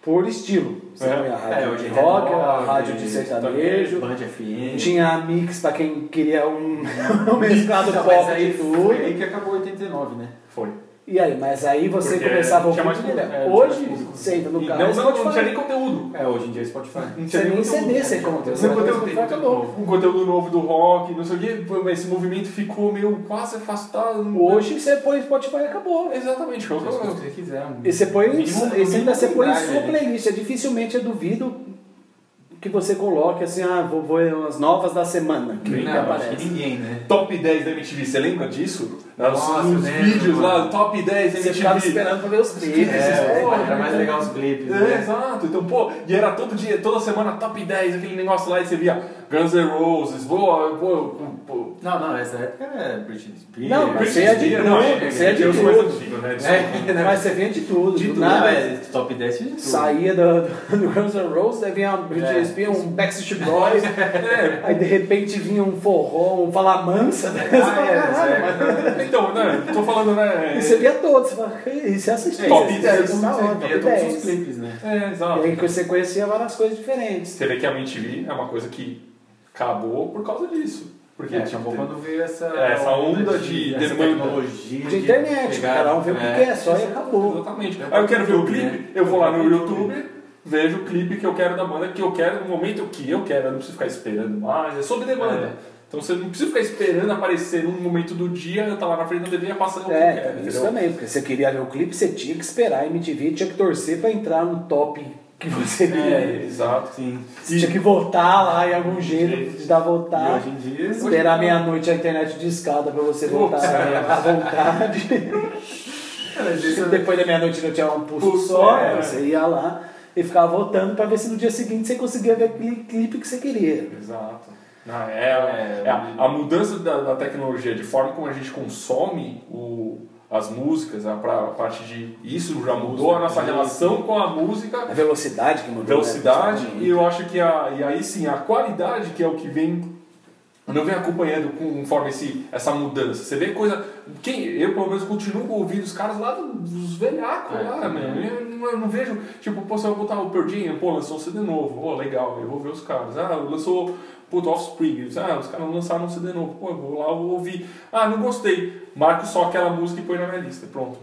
C: por estilo. Você
A: É.
C: punha a rádio
B: É,
C: de
B: hoje é
C: rock, a
B: rock, é
C: rádio de
B: e-
C: sertanejo.
B: Band FM.
C: Tinha a mix pra quem queria um, um mesclado
B: Então, mas
C: pop
B: aí
C: de
B: foi
C: tudo.
B: aí que acabou 89, né?
A: Foi.
C: E aí, mas aí você
A: Porque
C: começava a ouvir
A: tinha mais
C: tudo
A: público,
B: é,
C: melhor. Hoje,
B: tinha mais público.
C: você entra
A: E
C: no
A: não,
C: carro,
A: não,
C: você
A: não,
C: pode
A: tinha
C: falar.
A: nem conteúdo.
B: É, hoje em dia é Spotify.
A: Não
C: Você
A: tinha nem
C: nem
A: conteúdo.
C: CD você encontra.
A: Você
C: Você
A: pode ter um
C: pode
A: conteúdo
C: acabou.
A: novo, um conteúdo novo do rock, não sei o quê, pô, esse movimento ficou meio quase afastado. não-
C: Hoje você põe Spotify e acabou.
A: Exatamente, foi o que
B: Você
A: eu-
B: escuta o que você quiser. um-
C: E você põe,
B: mínimo-
C: e você ainda
B: mínimo
C: você põe em
B: qualidade,
C: sua
B: né?
C: playlist. É, dificilmente eu duvido que você coloque assim, ah, vou, vou as novas da semana. Que nunca
B: Não, acho que
C: aparece.
B: ninguém, né?
A: Top 10 da MTV, você lembra disso? Nos,
B: Nossa,
A: nos
B: lembro,
A: vídeos
B: mano.
A: lá, top 10 da
C: Você
A: MTV.
C: ficava esperando pra ver os clipes.
B: É,
A: Porra,
B: era mais
A: né?
B: legal os clipes,
A: É,
B: né?
A: exato. Então, pô, e era todo dia, toda semana top 10, aquele negócio lá, e você via Guns N' Roses, boa, pô, pô,
B: Não, não, essa época era Britney Spears.
C: Não, mas você é de
A: Spears, não,
C: tudo,
A: é,
C: você é de
A: eu sou mais
C: tudo.
A: antigo, né? desculpa.
B: É,
C: Mas você vinha de tudo,
B: de
C: do
B: tudo,
C: nada.
B: né? Top 10 tinha de tudo.
C: Saía do, do, do Guns N' Roses, aí vinha a Britney
B: É.
C: Spears, um Backstreet Boys, né?
A: É.
C: aí de repente vinha um forró, um falamansa. né? Você
B: Ah,
C: fala,
B: é,
C: "Caralho,
B: é,
C: mano."
A: Então, né, tô falando, né?
C: E você via todos, você fala, é e você assistia.
A: Top
B: é,
C: você
A: 10,
C: assistia,
B: Você
C: tá
B: via
C: bom, top
B: todos os
C: 10.
B: clipes, né?
A: É,
C: E
A: exato.
C: aí você conhecia várias coisas diferentes.
A: Você vê que a MTV é uma coisa que acabou por causa disso. Porque,
B: É,
A: tipo,
B: acabou quando veio essa,
A: É, essa onda de
B: essa
A: demanda.
B: tecnologia. é.
C: De internet,
B: pegar-
C: cada um vê o que quer, só e acabou.
A: Exatamente. né? Aí eu quero ver o clipe, eu vou lá no YouTube, vejo o clipe que eu quero da banda, que eu quero no momento que eu quero, eu não preciso ficar esperando mais, é sob demanda. Então você não precisa ficar esperando aparecer num momento do dia, eu tá lá na frente da TV passando o
C: É,
A: que quer,
C: também, isso
A: entendeu?
C: também, porque você queria ver o clipe, você tinha que esperar a MTV, tinha que torcer pra entrar no top que você
A: É,
C: queria.
A: exato.
B: Sim.
C: Você tinha que voltar lá em algum jeito de dar
B: E
C: voltar.
B: hoje em dia.
C: Esperar meia-noite Tá. a internet de escada pra você voltar né? à vontade.
B: Cara, às vezes eu-
C: Depois da meia-noite não tinha um pulso,
B: Pulso,
C: só,
B: é.
C: você ia lá e ficava voltando pra ver se no dia seguinte você conseguia ver aquele clipe que você queria.
A: Exato. Não, é, é- é a, a mudança da, da tecnologia, de forma como a gente consome o, as músicas, a, pra- a parte de. Isso já mudou a nossa relação com a música,
C: A velocidade que mudou. né?
A: velocidade, e eu acho que a, e aí sim, a qualidade que é o que vem. Não vem acompanhando conforme esse, essa mudança. Você vê coisa. Quem, eu, pelo menos, continuo ouvindo os caras lá dos velhacos
B: É,
A: lá,
B: também.
A: meu. Eu não, eu não vejo. Tipo, pô, você vai botar o Pearl Jam, pô, lançou um CD novo. Pô, legal, eu vou ver os caras. Ah, lançou Puto Offspring. Ah, os caras lançaram um CD novo. Pô, eu vou lá eu vou ouvir. Ah, não gostei. Marco só aquela música e põe na minha lista. Pronto.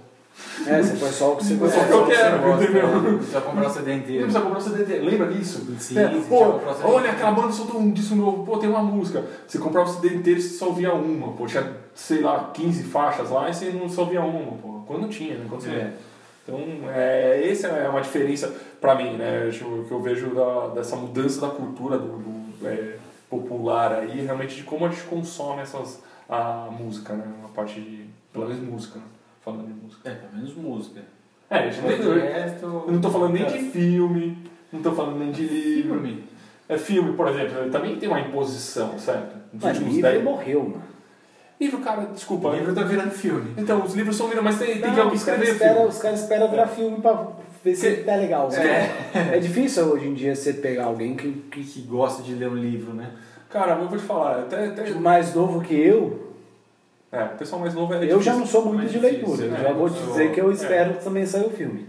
C: É, você foi só o que você
A: Foi só
C: gostou.
A: o que eu
B: você
A: quero,
B: gosta,
A: entendeu?
B: né? Não Precisa comprar o CD
A: Não
B: inteiro.
A: precisa comprar um o CD inteiro. Lembra disso?
B: Sim,
A: É,
B: sim, já
A: pô,
B: comprou o CD
A: olha,
B: inteiro.
A: aquela banda soltou um disco novo, pô, tem uma música. Você comprava o CD inteiro e você só ouvia uma, pô. Tinha, sei lá, 15 faixas lá e você não só ouvia uma, pô. Quando tinha, né? Quando você
B: É.
A: Então, é, essa é uma diferença pra mim, né? acho que eu vejo da- dessa mudança da cultura do, do, é, popular aí, realmente de como a gente consome essas, a música, né? A parte de. pelo menos música, né? Falando de música.
B: É, pelo menos música.
A: É, a gente não
B: O
A: tem.
B: resto.
A: Eu não tô falando nem
B: É.
A: de filme, não tô falando nem de livro.
B: Filme.
A: É filme, por exemplo, também tem uma imposição, certo? Nos
C: Mas
A: últimos
C: livro é
A: 10.
C: morreu, mano.
A: Livro, cara, desculpa.
B: O livro tá virando filme.
A: Então, os livros são livros, mas tem, tem
C: Não,
A: que alguém
C: os caras
A: escrever
C: esperam
A: filme. É.
C: espera esperam virar filme pra ver se
A: Que-
C: tá legal.
B: É.
C: É. difícil hoje em dia você pegar alguém que, que-
B: Que gosta de ler um livro, né?
A: Cara, eu vou te falar, até. até...
C: que é mais novo que eu,
A: É, o pessoal mais novo é.
C: eu
A: difícil.
C: já não sou muito
B: mais
C: de
B: difícil,
C: leitura.
A: né?
C: Já vou
A: Eu-
C: dizer que eu
A: é.
C: espero que também saia o filme.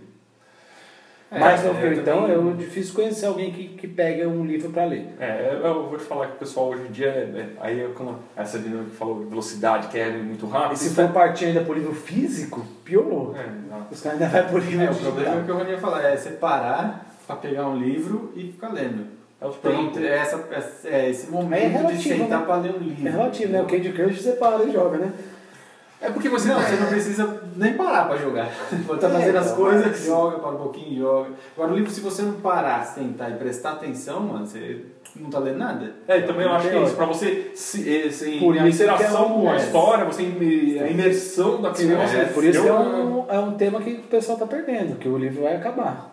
B: É,
C: mais novo
B: é,
C: que eu, então,
B: também-
C: é difícil conhecer alguém que, que pega um livro pra ler.
A: É, eu- eu vou te falar que o pessoal hoje em dia, é, é, aí é como essa dinâmica que falou, velocidade, quer ir muito rápido.
C: E se
A: isso é-
C: for partir ainda por livro físico, piorou.
A: É, não.
C: Os caras ainda vai por livro
B: É, o
C: digital.
B: problema é o que eu ia falar, é separar pra pegar um livro e ficar lendo.
A: É o
B: Tem
A: tempo.
B: ter essa, essa- é, esse momento de
C: relativo,
B: sentar
C: né?
B: pra ler um livro.
C: É relativo, né? O Candy Crush você para e joga, né?
A: É porque você
B: não,
A: tá-
B: você não precisa nem parar pra jogar. Você tá
C: É,
B: fazendo as
C: então,
B: coisas,
C: mas-
B: joga, para um pouquinho, joga. Agora, o livro, se você não parar, sentar e prestar atenção, mano, você não tá lendo nada.
A: É, também eu acho que é isso.
C: Teórico.
A: Pra você, se, eh, sem
C: Por
A: a
C: isso que
A: interação
C: é um-
A: com a
C: é.
A: história, você, im- é, a imersão daquele
B: Sim,
A: negócio.
B: é,
C: Por isso que é
A: eu-
C: um, é um tema que o pessoal tá perdendo, que o livro vai acabar.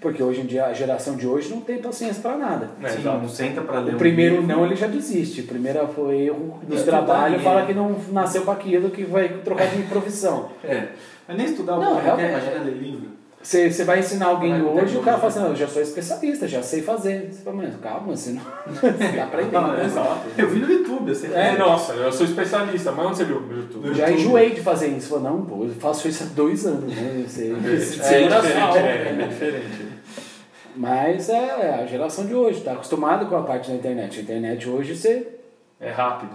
C: Porque hoje em dia, a geração de hoje não tem paciência pra nada.
A: É,
B: Sim,
A: exato.
B: não senta pra ler
C: O
B: um
C: primeiro
B: livro.
C: não, ele já desiste. O primeiro foi erro
B: É,
C: no
B: tudo
C: trabalho,
B: bem,
C: fala
B: é.
C: que não nasceu pra aquilo, que vai trocar de profissão.
B: É. Mas nem estudar o
C: Não,
B: livro, quer
C: realmente.
B: imaginar ler livro.
C: Você você vai ensinar alguém
B: Vai com
C: hoje, o cara
B: tecnologia.
C: fala assim, não, eu já sou especialista, já sei fazer. Você fala, mas calma, você não você tá
B: Não,
C: aprendendo.
B: é-
A: Exato.
B: Eu vi no YouTube, eu sei.
A: É, nossa, eu sou especialista, mas onde você viu? No YouTube.
C: Eu já enjoei de fazer isso. Falei, não, pô, eu faço isso há dois anos, né? Eu sei.
A: É,
C: Isso de
A: é
C: geração.
A: diferente, é, é diferente.
C: Mas é a geração de hoje, tá acostumado com a parte da internet. A internet hoje você.
A: É rápido.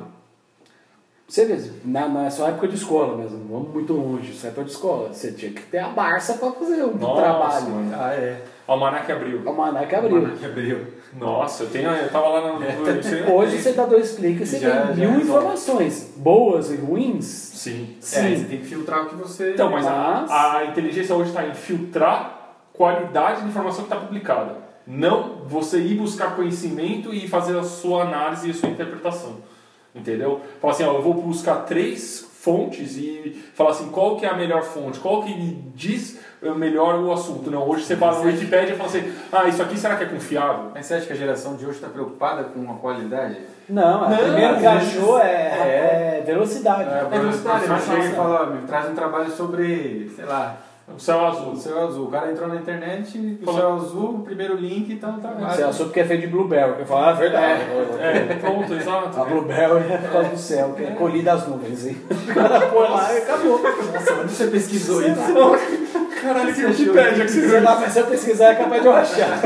C: Você vê, na, na sua época de escola mesmo, não vamos muito longe, sua época de escola. Você tinha que ter a Barça pra fazer um
A: Nossa,
C: trabalho.
A: mano.
B: Ah, é.
A: Almanac abriu.
C: O Manac abriu.
B: Mano, que abriu.
A: Nossa, eu, tenho, eu tava lá na. eu sei-
C: É. Hoje você dá dois cliques e você
B: Já-
C: tem
B: já
C: mil
B: resolve.
C: informações, boas e ruins.
A: Sim.
B: É,
C: Sim.
B: você tem que filtrar o que você...
A: Então, mas,
C: Mas-
A: A, a inteligência hoje está em filtrar qualidade da informação que está publicada. Não você ir buscar conhecimento e fazer a sua análise e a sua interpretação. Entendeu? Fala assim, ó, eu vou buscar três fontes e falar assim, qual que é a melhor fonte? Qual que diz eh, melhor o assunto? Não, hoje você fala no Wikipedia e fala assim, ah, isso aqui será que é confiável?
B: Mas você acha que a geração de hoje está preocupada com a qualidade?
C: Não, o
A: Não,
C: primeiro
A: às
C: que achou é,
B: é-
C: é velocidade.
A: É, velocidade,
B: você
A: mas
B: chega
A: fácil.
B: e fala, ó, me traz um trabalho sobre, sei lá,
A: O céu
B: o
A: azul.
B: céu azul. O cara entrou na internet, o
A: Falou.
B: céu azul, o primeiro link, tá no trabalho.
C: Você achou porque é feito de blueberry. Eu falo, ah, verdade.
A: É, pronto, exato.
C: A Blueberry é por causa do céu, que é colhida as nuvens. hein? O cara põe lá e acabou.
B: Nossa, mas você pesquisou isso?
A: Caralho, que
B: Você achou
A: Wikipedia que você
C: Sei lá, mas se eu pesquisar é capaz de eu achar.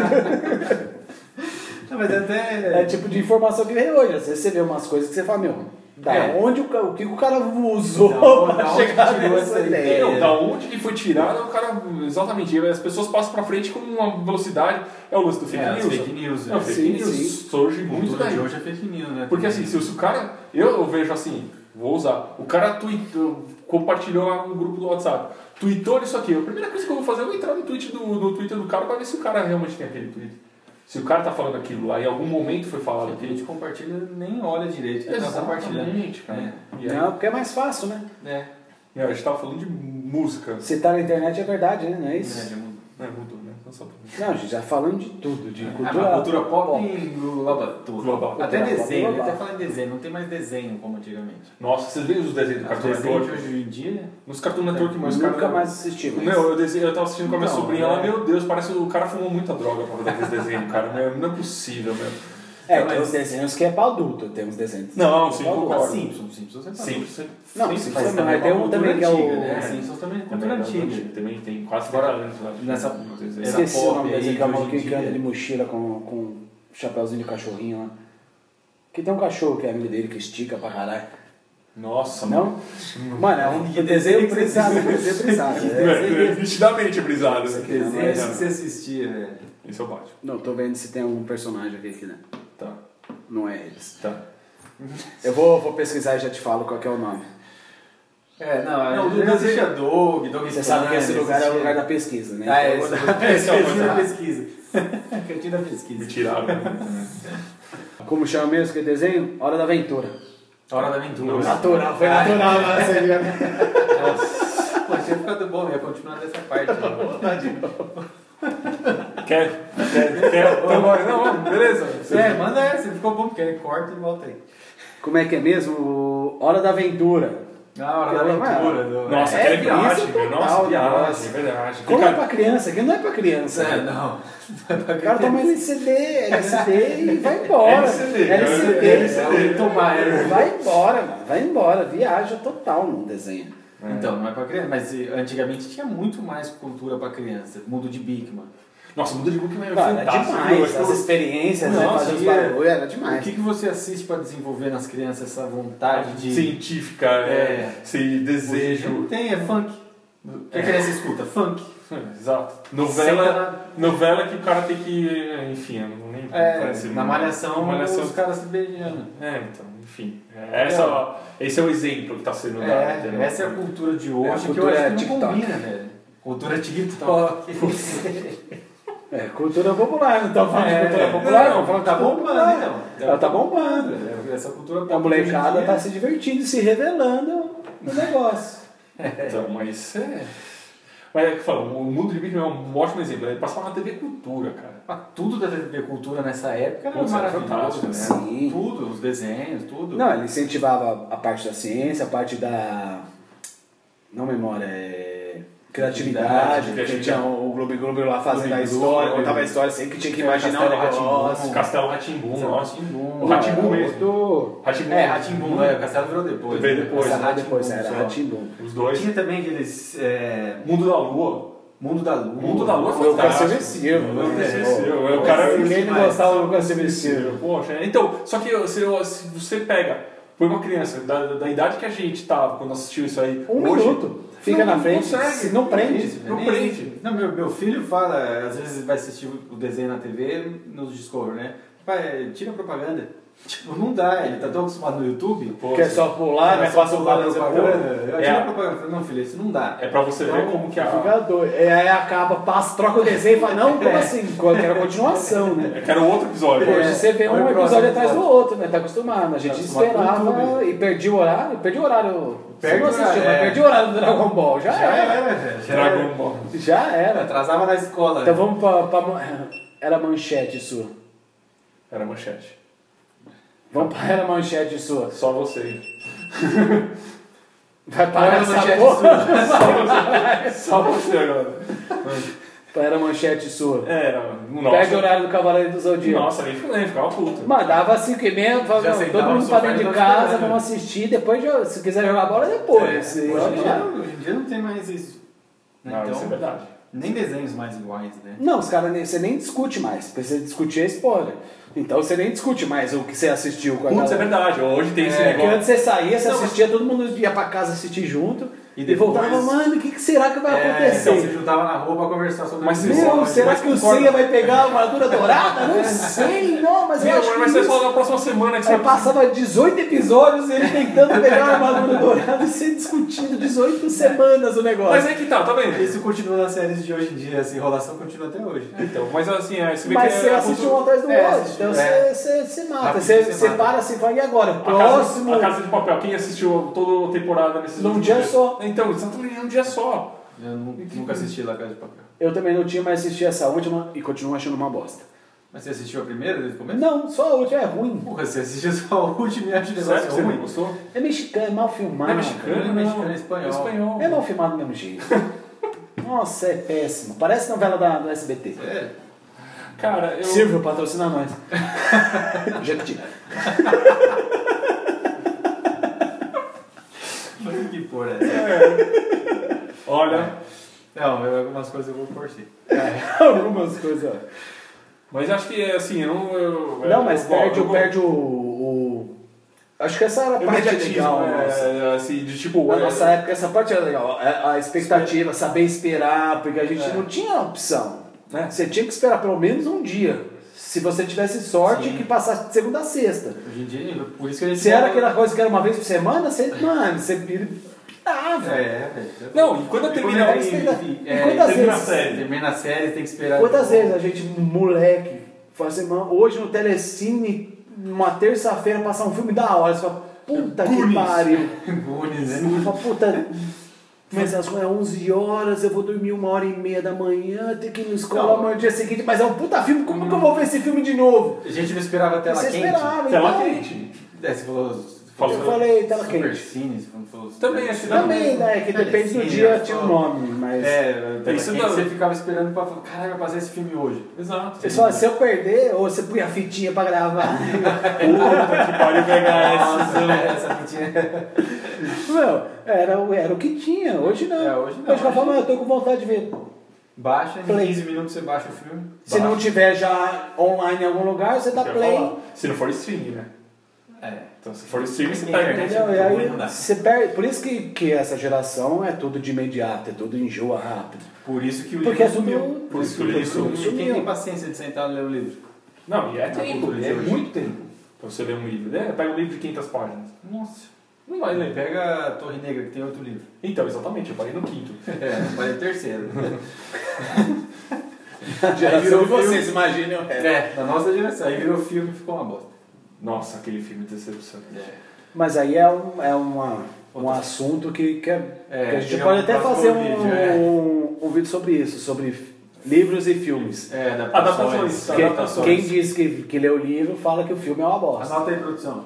B: Não, mas até... É,
C: É o tipo de informação que vem hoje. Às vezes você vê umas coisas que você fala, meu, Da
B: É.
C: onde o, ca- o que que o cara usou
B: Da-
C: pra
B: da onde
C: chegar
B: tirou
C: nessa
B: essa
C: ideia?
B: É. ideia?
A: Não, da onde que foi tirado, o cara. Exatamente, as pessoas passam pra frente com uma velocidade. É o lance do fake
B: É, as
A: news.
B: fake news.
A: Não,
B: né?
A: fake
C: Sim,
A: news
C: sim.
A: surge
B: A
A: muito
B: cultura
A: daí.
B: de hoje é fake news, né?
A: Porque assim, se, se o cara. Eu, eu vejo assim, vou usar. O cara tweetou, compartilhou lá no grupo do WhatsApp. Tweetou isso aqui. A primeira coisa que eu vou fazer é eu vou entrar no, tweet do, no Twitter do cara pra ver se o cara realmente tem aquele tweet. Se o cara tá falando aquilo lá, em algum momento foi falado
B: a
A: aquele
B: gente compartilha, nem olha direito. que Tá compartilhando.
A: Exatamente, cara. E aí,
C: Não, porque é mais fácil, né?
B: É.
A: e aí, a gente tava falando de música.
C: Se tá na internet é verdade, né? Não é isso?
A: Né, mudou, né? Então, só pra mim.
C: Não, a gente já falando de tudo, de
B: Cultura,
C: cultura.
B: É. a Ah, cultura pop engloba tudo.
A: Global.
B: Até
C: Cultura pop
B: desenho,
C: global.
B: até falar em desenho, não tem mais desenho como antigamente.
A: Nossa, vocês viram os desenhos do
B: Os
A: Cartoon
B: desenhos de
A: Network?
B: hoje em dia, né?
A: Nos Cartoon
B: é
A: Network, mas
C: É, nunca
A: cara-
C: mais Então, é. assisti, mas.
A: Meu, eu, desenho, eu tava assistindo com a minha
B: Não,
A: sobrinha lá,
B: né?
A: meu Deus, parece que o cara fumou muita droga pra fazer aquele desenho, cara. Meu, não é possível, meu.
C: é,
B: mas-
C: tem uns desenhos que é pra adulto, tem uns desenhos.
A: Não, sim,
C: Pra
A: concordo.
B: a
A: Claro.
B: Simpsons, Simpsons é pra
A: Sim,
B: adulto.
A: sim.
C: Não,
A: sim,
C: sim,
A: mas
C: sim,
A: também
C: mas tem
A: é uma
C: um
A: cultura
C: também que é o-
A: antiga,
B: É,
A: né?
B: Simpsons também é
A: Também
B: cultura
A: é da-
B: antiga.
A: Também tem quase
B: Agora,
A: 30 anos, eu acho. né,
B: nessa-
A: Desenho.
B: era
C: Esqueci o
B: pop
C: nome
B: aí,
C: daquele
B: de
C: cavalo
B: hoje em
C: que que anda
B: dia.
C: de mochila com, com chapéuzinho de cachorrinho lá. Que tem um cachorro que é amigo dele que estica pra caralho.
A: Nossa, mano.
C: Não? Mano, é um desenho brisado, um desenho brisado. né?
A: É, é nitidamente brisado. né?
B: Desenho
A: Mas,
B: que
A: cara,
B: você assistia, né? velho.
A: Esse é o Batman.
C: Não, tô vendo se tem algum personagem aqui que não-
A: Tá,
C: não é eles.
A: tá.
C: Eu vou, vou pesquisar e já te falo qual que é o nome.
B: É, não, é-
A: Não, do
B: eu
A: desenho-
B: assistia Doug, Doug
C: Você sabe que esse
B: Funny,
C: lugar é o
B: assistia-
C: lugar da pesquisa, né?
B: Ah, é,
C: Então,
B: esse
A: Esse é o
B: cantinho da
A: lugar.
B: pesquisa. Cantinho da
A: Me
B: pesquisa.
A: tiraram. né?
C: Como chama mesmo aquele desenho? Hora da Aventura.
B: Hora da aventura.
C: Natural, foi natural. né?
B: Pô, tinha ficado bom, ia continuar dessa parte. né?
A: Quer? Quer? Quer?
C: Tá
A: Então, bora. não, beleza.
B: é, manda essa, ficou bom, porque aí corta e volta aí.
C: Como é que é mesmo? O Hora da Aventura.
B: Na hora da
C: Caramba,
B: aventura.
C: é.
B: do-
A: Nossa,
C: É,
A: aquela é viagem,
C: isso
A: velho. Nossa,
C: total,
A: viagem,
C: nossa.
A: verdade.
C: Como é
A: Cara,
C: pra criança? Aqui não é pra criança.
B: É,
C: né?
B: não.
C: O cara toma LCD, LCD e vai embora.
A: LCD,
C: LCD,
A: é,
B: É, o que tomar, é.
C: Vai embora, mano. Vai embora. Viaja total no desenho.
B: Então, não é pra criança, mas eh, antigamente tinha muito mais cultura pra criança. Mundo de Bigman.
A: Nossa, muda de look é
C: Cara, era
A: fantástico. eu
C: demais.
A: acho
C: As
A: que eu-
C: experiências, né?
B: Nossa,
C: Fazer os
B: e-
C: barulhos, era
B: O
C: demais.
B: que, que você assiste pra desenvolver nas crianças essa vontade de.
A: científica,
B: É.
A: é, esse
B: Não
A: desejo.
B: tem, é funk. O que a criança escuta? Funk.
A: Exato.
B: Senta
A: Novela,
B: na-
A: novela que o cara tem que. Enfim, eu não nem
B: É,
A: parece-
B: na malhação,
A: Na malhação.
B: os caras se beijando.
A: É, então, enfim. É, essa, esse é o exemplo que está sendo dado. entendeu?
B: É, essa é a cultura de hoje
C: É, a
B: que eu
C: cultura
B: acho que
C: é
B: não
C: TikTok.
B: combina, velho. Cultura TikTok.
C: É, cultura popular, não tá falando
B: É,
C: de cultura
B: é.
C: popular,
B: Não,
C: não, falando de
B: tá
C: cultura
B: bombando,
C: popular.
B: então.
C: Ela tá bombando.
B: Essa cultura
C: A
B: pop hoje
C: molecada
B: em
C: tá
B: dia-
C: se divertindo, se revelando no negócio.
A: Então, mas é. Mas é o que falam, o mundo de Bigman é um ótimo exemplo. Ele passava na TV Cultura, cara.
B: Ah, Tudo da TV Cultura nessa época era
A: Putz, era
B: maravilhoso,
A: fantástico,
B: né?
C: sim.
B: Tudo, os desenhos, tudo.
C: Não, ele incentivava a parte da ciência, a parte da. Não memória, é. Criatividade,
A: Criatividade.
C: porque tinha o Globo Globo lá fazendo
B: Globo
C: a história,
B: Globo.
C: contava a história, sempre que tinha que é né?
B: Tinha
C: imaginar o
B: Castelo
C: negócio.
B: Rá-Tim-Bum.
A: Castelo Ratimbum, nossa.
B: Ratimbum.
A: O Rá-Tim-Bum
C: Era
A: mesmo. né,
C: muito-
A: Ratimbum.
B: É, Ratimbum, é, o Castelo virou depois.
A: Veio
B: né?
A: depois,
B: Essa
C: Castelo Rá depois,
B: Rá-Tim-Bum
C: era
B: só.
C: Ratimbum.
A: Os dois.
B: Tinha também aqueles. é,
A: Mundo da Lua.
B: Mundo da Lua.
A: Mundo da Lua é
C: Foi o
A: fantástico.
C: Cassio Silva.
A: Foi o Cassio
C: né?
A: Silva, é o cara
C: Ninguém
B: que
C: não
B: mais.
C: gostava do Cassio Silva.
A: Poxa, então, só que se, eu- se você pega, põe uma criança da, da idade que a gente tava quando assistiu isso aí,
C: Um
A: hoje,
C: minuto. Fica
A: não
C: na frente,
A: consegue,
C: se não prende.
A: Não
B: Nem-
A: prende.
B: Não, meu, meu filho fala, às vezes vai assistir o desenho na TV, nos Discovery, né? Pai, tira a propaganda. Tipo, não dá, ele tá tão acostumado no YouTube. Ah,
A: Pô,
C: Quer só pular, né? Passa o
B: pular
C: lado
B: a
C: da
B: propaganda.
C: propaganda.
B: Eu
A: É.
B: tiro a propaganda. Eu falei, Não, filho, isso não dá.
A: É pra você ver como que a.
C: Fica doido. E aí acaba, passa, troca o desenho e fala, não, como
B: É.
C: assim? Eu quero a continuação, né?
A: É que era um outro episódio.
C: Hoje
A: Hoje,
C: você
B: Foi
C: vê um
B: o próximo
C: episódio atrás do
B: episódio.
C: outro, né? Tá acostumado. A gente
B: Tá acostumado com o
C: esperava
B: YouTube.
C: e perdi o horário. Perdi o horário.
B: Perde
C: Você não
B: o
C: assistiu,
B: horário,
C: mas
B: é.
C: perdi o horário do Dragon Ball. Já, era.
B: era, já era.
A: Dragon Ball.
C: Já era.
B: É, Atrasava na escola. né?
C: Então vamos pra, pra man- Era manchete sua.
A: Era manchete.
C: Vamos pra era manchete sua.
A: Só você.
C: Vai
B: Era
C: parar essa
B: manchete
C: porra.
A: É Só você agora. É,
C: Pra era manchete sua.
A: Era, o nosso.
C: Perde o horário do Cavaleiro do Zodíaco.
A: Nossa, nem falei, ficava puto.
C: Mandava 5 e meia,
B: Já
C: falava, não, todo
B: sentava no
C: mundo
B: sofá
C: pra dentro
B: e
C: de
B: nós
C: casa,
B: esperando.
C: vamos assistir, depois jo- se quiser jogar bola depois.
B: É,
C: E
B: hoje, em
C: olha
B: dia,
C: lá.
B: não- hoje em dia não tem mais isso. né?
A: Não,
B: então,
A: isso é verdade.
B: nem desenhos mais iguais, né?
C: Não, os caras, nem- você nem discute mais, porque se você discutir é spoiler. Então você nem discute mais o que você assistiu com a
A: Putz, é
C: galera.
A: verdade, hoje tem esse
C: um- É, porque
A: negócio.
C: antes você saía, você
A: Não, mas-
C: assistia, todo mundo ia pra casa assistir junto
B: E
C: e,
B: depois-
C: voltava, mano, o que, que será que vai
B: É,
C: acontecer?
B: então se juntava na rua pra conversar sobre
A: Mas
B: isso.
A: vocês-
C: Meu, será
A: mas
C: que o
A: concordo.
C: Seiya vai pegar a armadura dourada? Não sei, não, mas eu
A: Meu,
C: acho
A: mas
C: que
A: vai ser
C: isso.
A: só na próxima semana que você
C: Aí passava 18 episódios ele tentando pegar a armadura dourada e ser discutido 18 semanas o
A: Mas
C: negócio.
A: é que tá, tá vendo?
B: Isso continua nas séries de hoje em dia, essa enrolação continua até hoje.
A: Então, mas assim, é, você vê
C: Mas
A: que
C: você
A: é
C: assistiu um
A: cultura-
C: atrás do
B: É,
C: outro,
B: assistiu,
C: então
B: é.
C: você- você você mata,
B: Rapidinho
C: você
B: você
C: você
B: mata.
C: para assim, fala, e agora?
A: a casa,
C: Próximo.
A: a Casa de Papel, quem assistiu toda a temporada nesses
C: Num
A: últimos
C: dia
A: dias?
C: só.
A: Então, exatamente num dia só.
B: Eu nu- nunca assisti La Casa de Papel.
C: Eu também não tinha, mas assisti essa última e continuo achando uma bosta.
B: Mas você assistiu a primeira desde o começo?
C: Não, só a última é ruim.
B: Porra, você assistiu só a última e acha o
A: Sério,
B: negócio
A: você não
B: ruim?
A: gostou?
C: É mexicano, é mal
A: Não
C: filmado.
A: é mexicano,
B: não é mexicano, é espanhol.
A: espanhol.
C: É mal filmado do mesmo jeito. Nossa, é péssimo. Parece novela da, do SBT.
B: É.
A: Cara, eu...
C: Silvio, patrocina nós. Jequiti.
B: Mas que porra é essa?
A: Olha,
B: Não, eu, algumas coisas eu vou forçar.
C: Algumas coisas. ó.
A: mas acho que é assim, eu não... Eu,
C: Não, mas
A: eu-
C: perde,
A: eu-
C: o- perde o, o- Acho que essa era a
A: O
C: parte
A: mediatismo,
C: legal. nossa.
A: é, assim, de tipo...
C: Na
A: é,
C: nossa época, essa parte era legal. A, a expectativa, saber esperar, porque a
A: É.
C: gente não tinha opção.
A: né?
C: Você tinha que esperar pelo menos um dia. Se você tivesse sorte,
B: Sim.
C: que passasse de segunda a sexta.
B: Hoje em dia, por isso que ele
C: Se era aquela coisa que era uma vez por semana, você, mano, você pirava.
B: É, velho.
A: Não, e quando eu terminar...
C: é que
B: E-
C: você-
B: e-
C: E
B: termina
C: quantas
A: vezes-
B: a série? Termina a série, tem que
A: É.
B: esperar.
C: Quantas vezes a gente, moleque, fala assim, mano, hoje no Telecine, numa terça-feira, passar um filme da hora, você fala, puta que
A: Goonies.
C: pariu.
B: Goonies, né?
C: Você fala, puta. Mas as é 11 horas, eu vou dormir uma hora e meia da manhã, tenho que ir na escola
B: Não.
C: amanhã no dia seguinte, mas é um puta filme, como que eu vou ver esse filme de novo?
B: A gente não esperava tela
C: Você
B: quente.
C: esperava,
A: Tela
C: então.
A: quente.
B: É, você falou. os-
A: Falou.
C: Eu falei, tela
B: Super
C: quente.
B: Cine, você não falou os-
A: Também, acho que dá
C: Também, né? Que depende do
B: Telecine,
C: dia,
B: né?
C: tinha um nome, mas.
B: um- É, tela
A: Isso
B: quente,
A: dá-
B: você ficava esperando pra falar, caralho, vai passar esse filme hoje.
A: Exato.
C: Você fala, se eu perder, ou você põe a fitinha pra gravar.
A: Puta que pariu pegar essa.
B: essa mentira.
C: Meu, era, o- era o que tinha, hoje não.
B: É, hoje não.
C: Hoje eu falo, "Mano, eu tô com vontade de ver.
B: Baixa, em
C: Play.
B: 15 minutos você baixa o filme.
C: Se
B: baixa.
C: não tiver já online em algum lugar, você tá dá
A: Eu ia
C: play.
A: falar, Se não for streaming, né?
B: É.
A: Então, se for streaming, você
B: Tem
A: perde.
B: internet.
C: Entendeu? E aí
B: Não dá.
C: você perde. Por isso que, que essa geração é tudo de imediato, é tudo enjoa rápido.
B: Por isso que o
C: Porque é
B: livro sumiu.
C: tudo.
A: Por isso que o
B: Por
A: livro
B: isso,
A: sumiu.
B: quem tem paciência de sentar e ler o livro?
A: Não, e é
B: Na
A: tempo,
B: cultura de
A: é
B: hoje.
A: muito tempo pra você ler um livro. né? Pega um livro de 500 páginas.
B: Nossa.
A: Não vai ler.
B: né, Pega a Torre Negra, que tem outro livro.
A: Então, exatamente, eu parei no quinto.
B: É, vai o terceiro.
C: Geração
B: virou
C: de vocês,
B: filme.
C: imaginem.
B: É, na nossa direção. Aí virou filme e ficou uma bosta.
A: Nossa, aquele filme decepcionante.
C: Mas aí é um, é uma, um
B: Outra-
C: assunto que, que, é,
B: É,
C: que a gente
B: chega
C: pode
B: um
C: até
B: próximo
C: fazer um,
B: vídeo, é.
C: um, um vídeo sobre isso, sobre f- livros e filmes.
B: É, adaptações.
A: Adaptações.
C: Porque
A: Adaptações.
C: quem diz que, que lê o livro fala que o filme é uma bosta.
B: Anota aí, produção.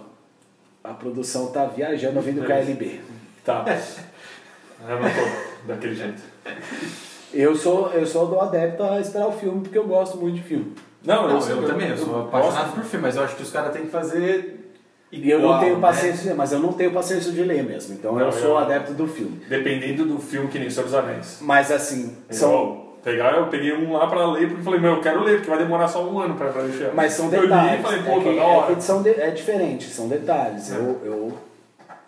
C: A produção tá viajando
B: É
C: vindo do
A: Beleza.
C: KLB.
A: Tá. Eu não tô daquele jeito.
C: Eu sou, eu sou do adepto a esperar o filme, porque eu gosto muito de filme.
A: Não,
B: Não, eu, também, eu sou apaixonado por filme, mas eu acho que os caras têm que fazer.
C: E eu não
B: igual,
C: tenho
B: né? Tá
C: paciência, mas eu não tenho paciência de ler mesmo. Então eu
A: Não,
C: sou
A: eu-
C: adepto do filme.
A: gosto, Dependendo do filme que nem Senhor dos Anéis.
C: Mas assim, são,
A: São... Pegar, eu peguei um lá pra ler, porque falei, meu, eu quero ler, porque vai demorar só um ano pra, pra deixar.
C: mas são
A: Eu li
C: detalhes.
A: e falei,
C: é,
A: pô, tá
C: que,
A: da
C: é,
A: hora.
C: que são de- é diferente, são
B: É.
C: detalhes. Eu, eu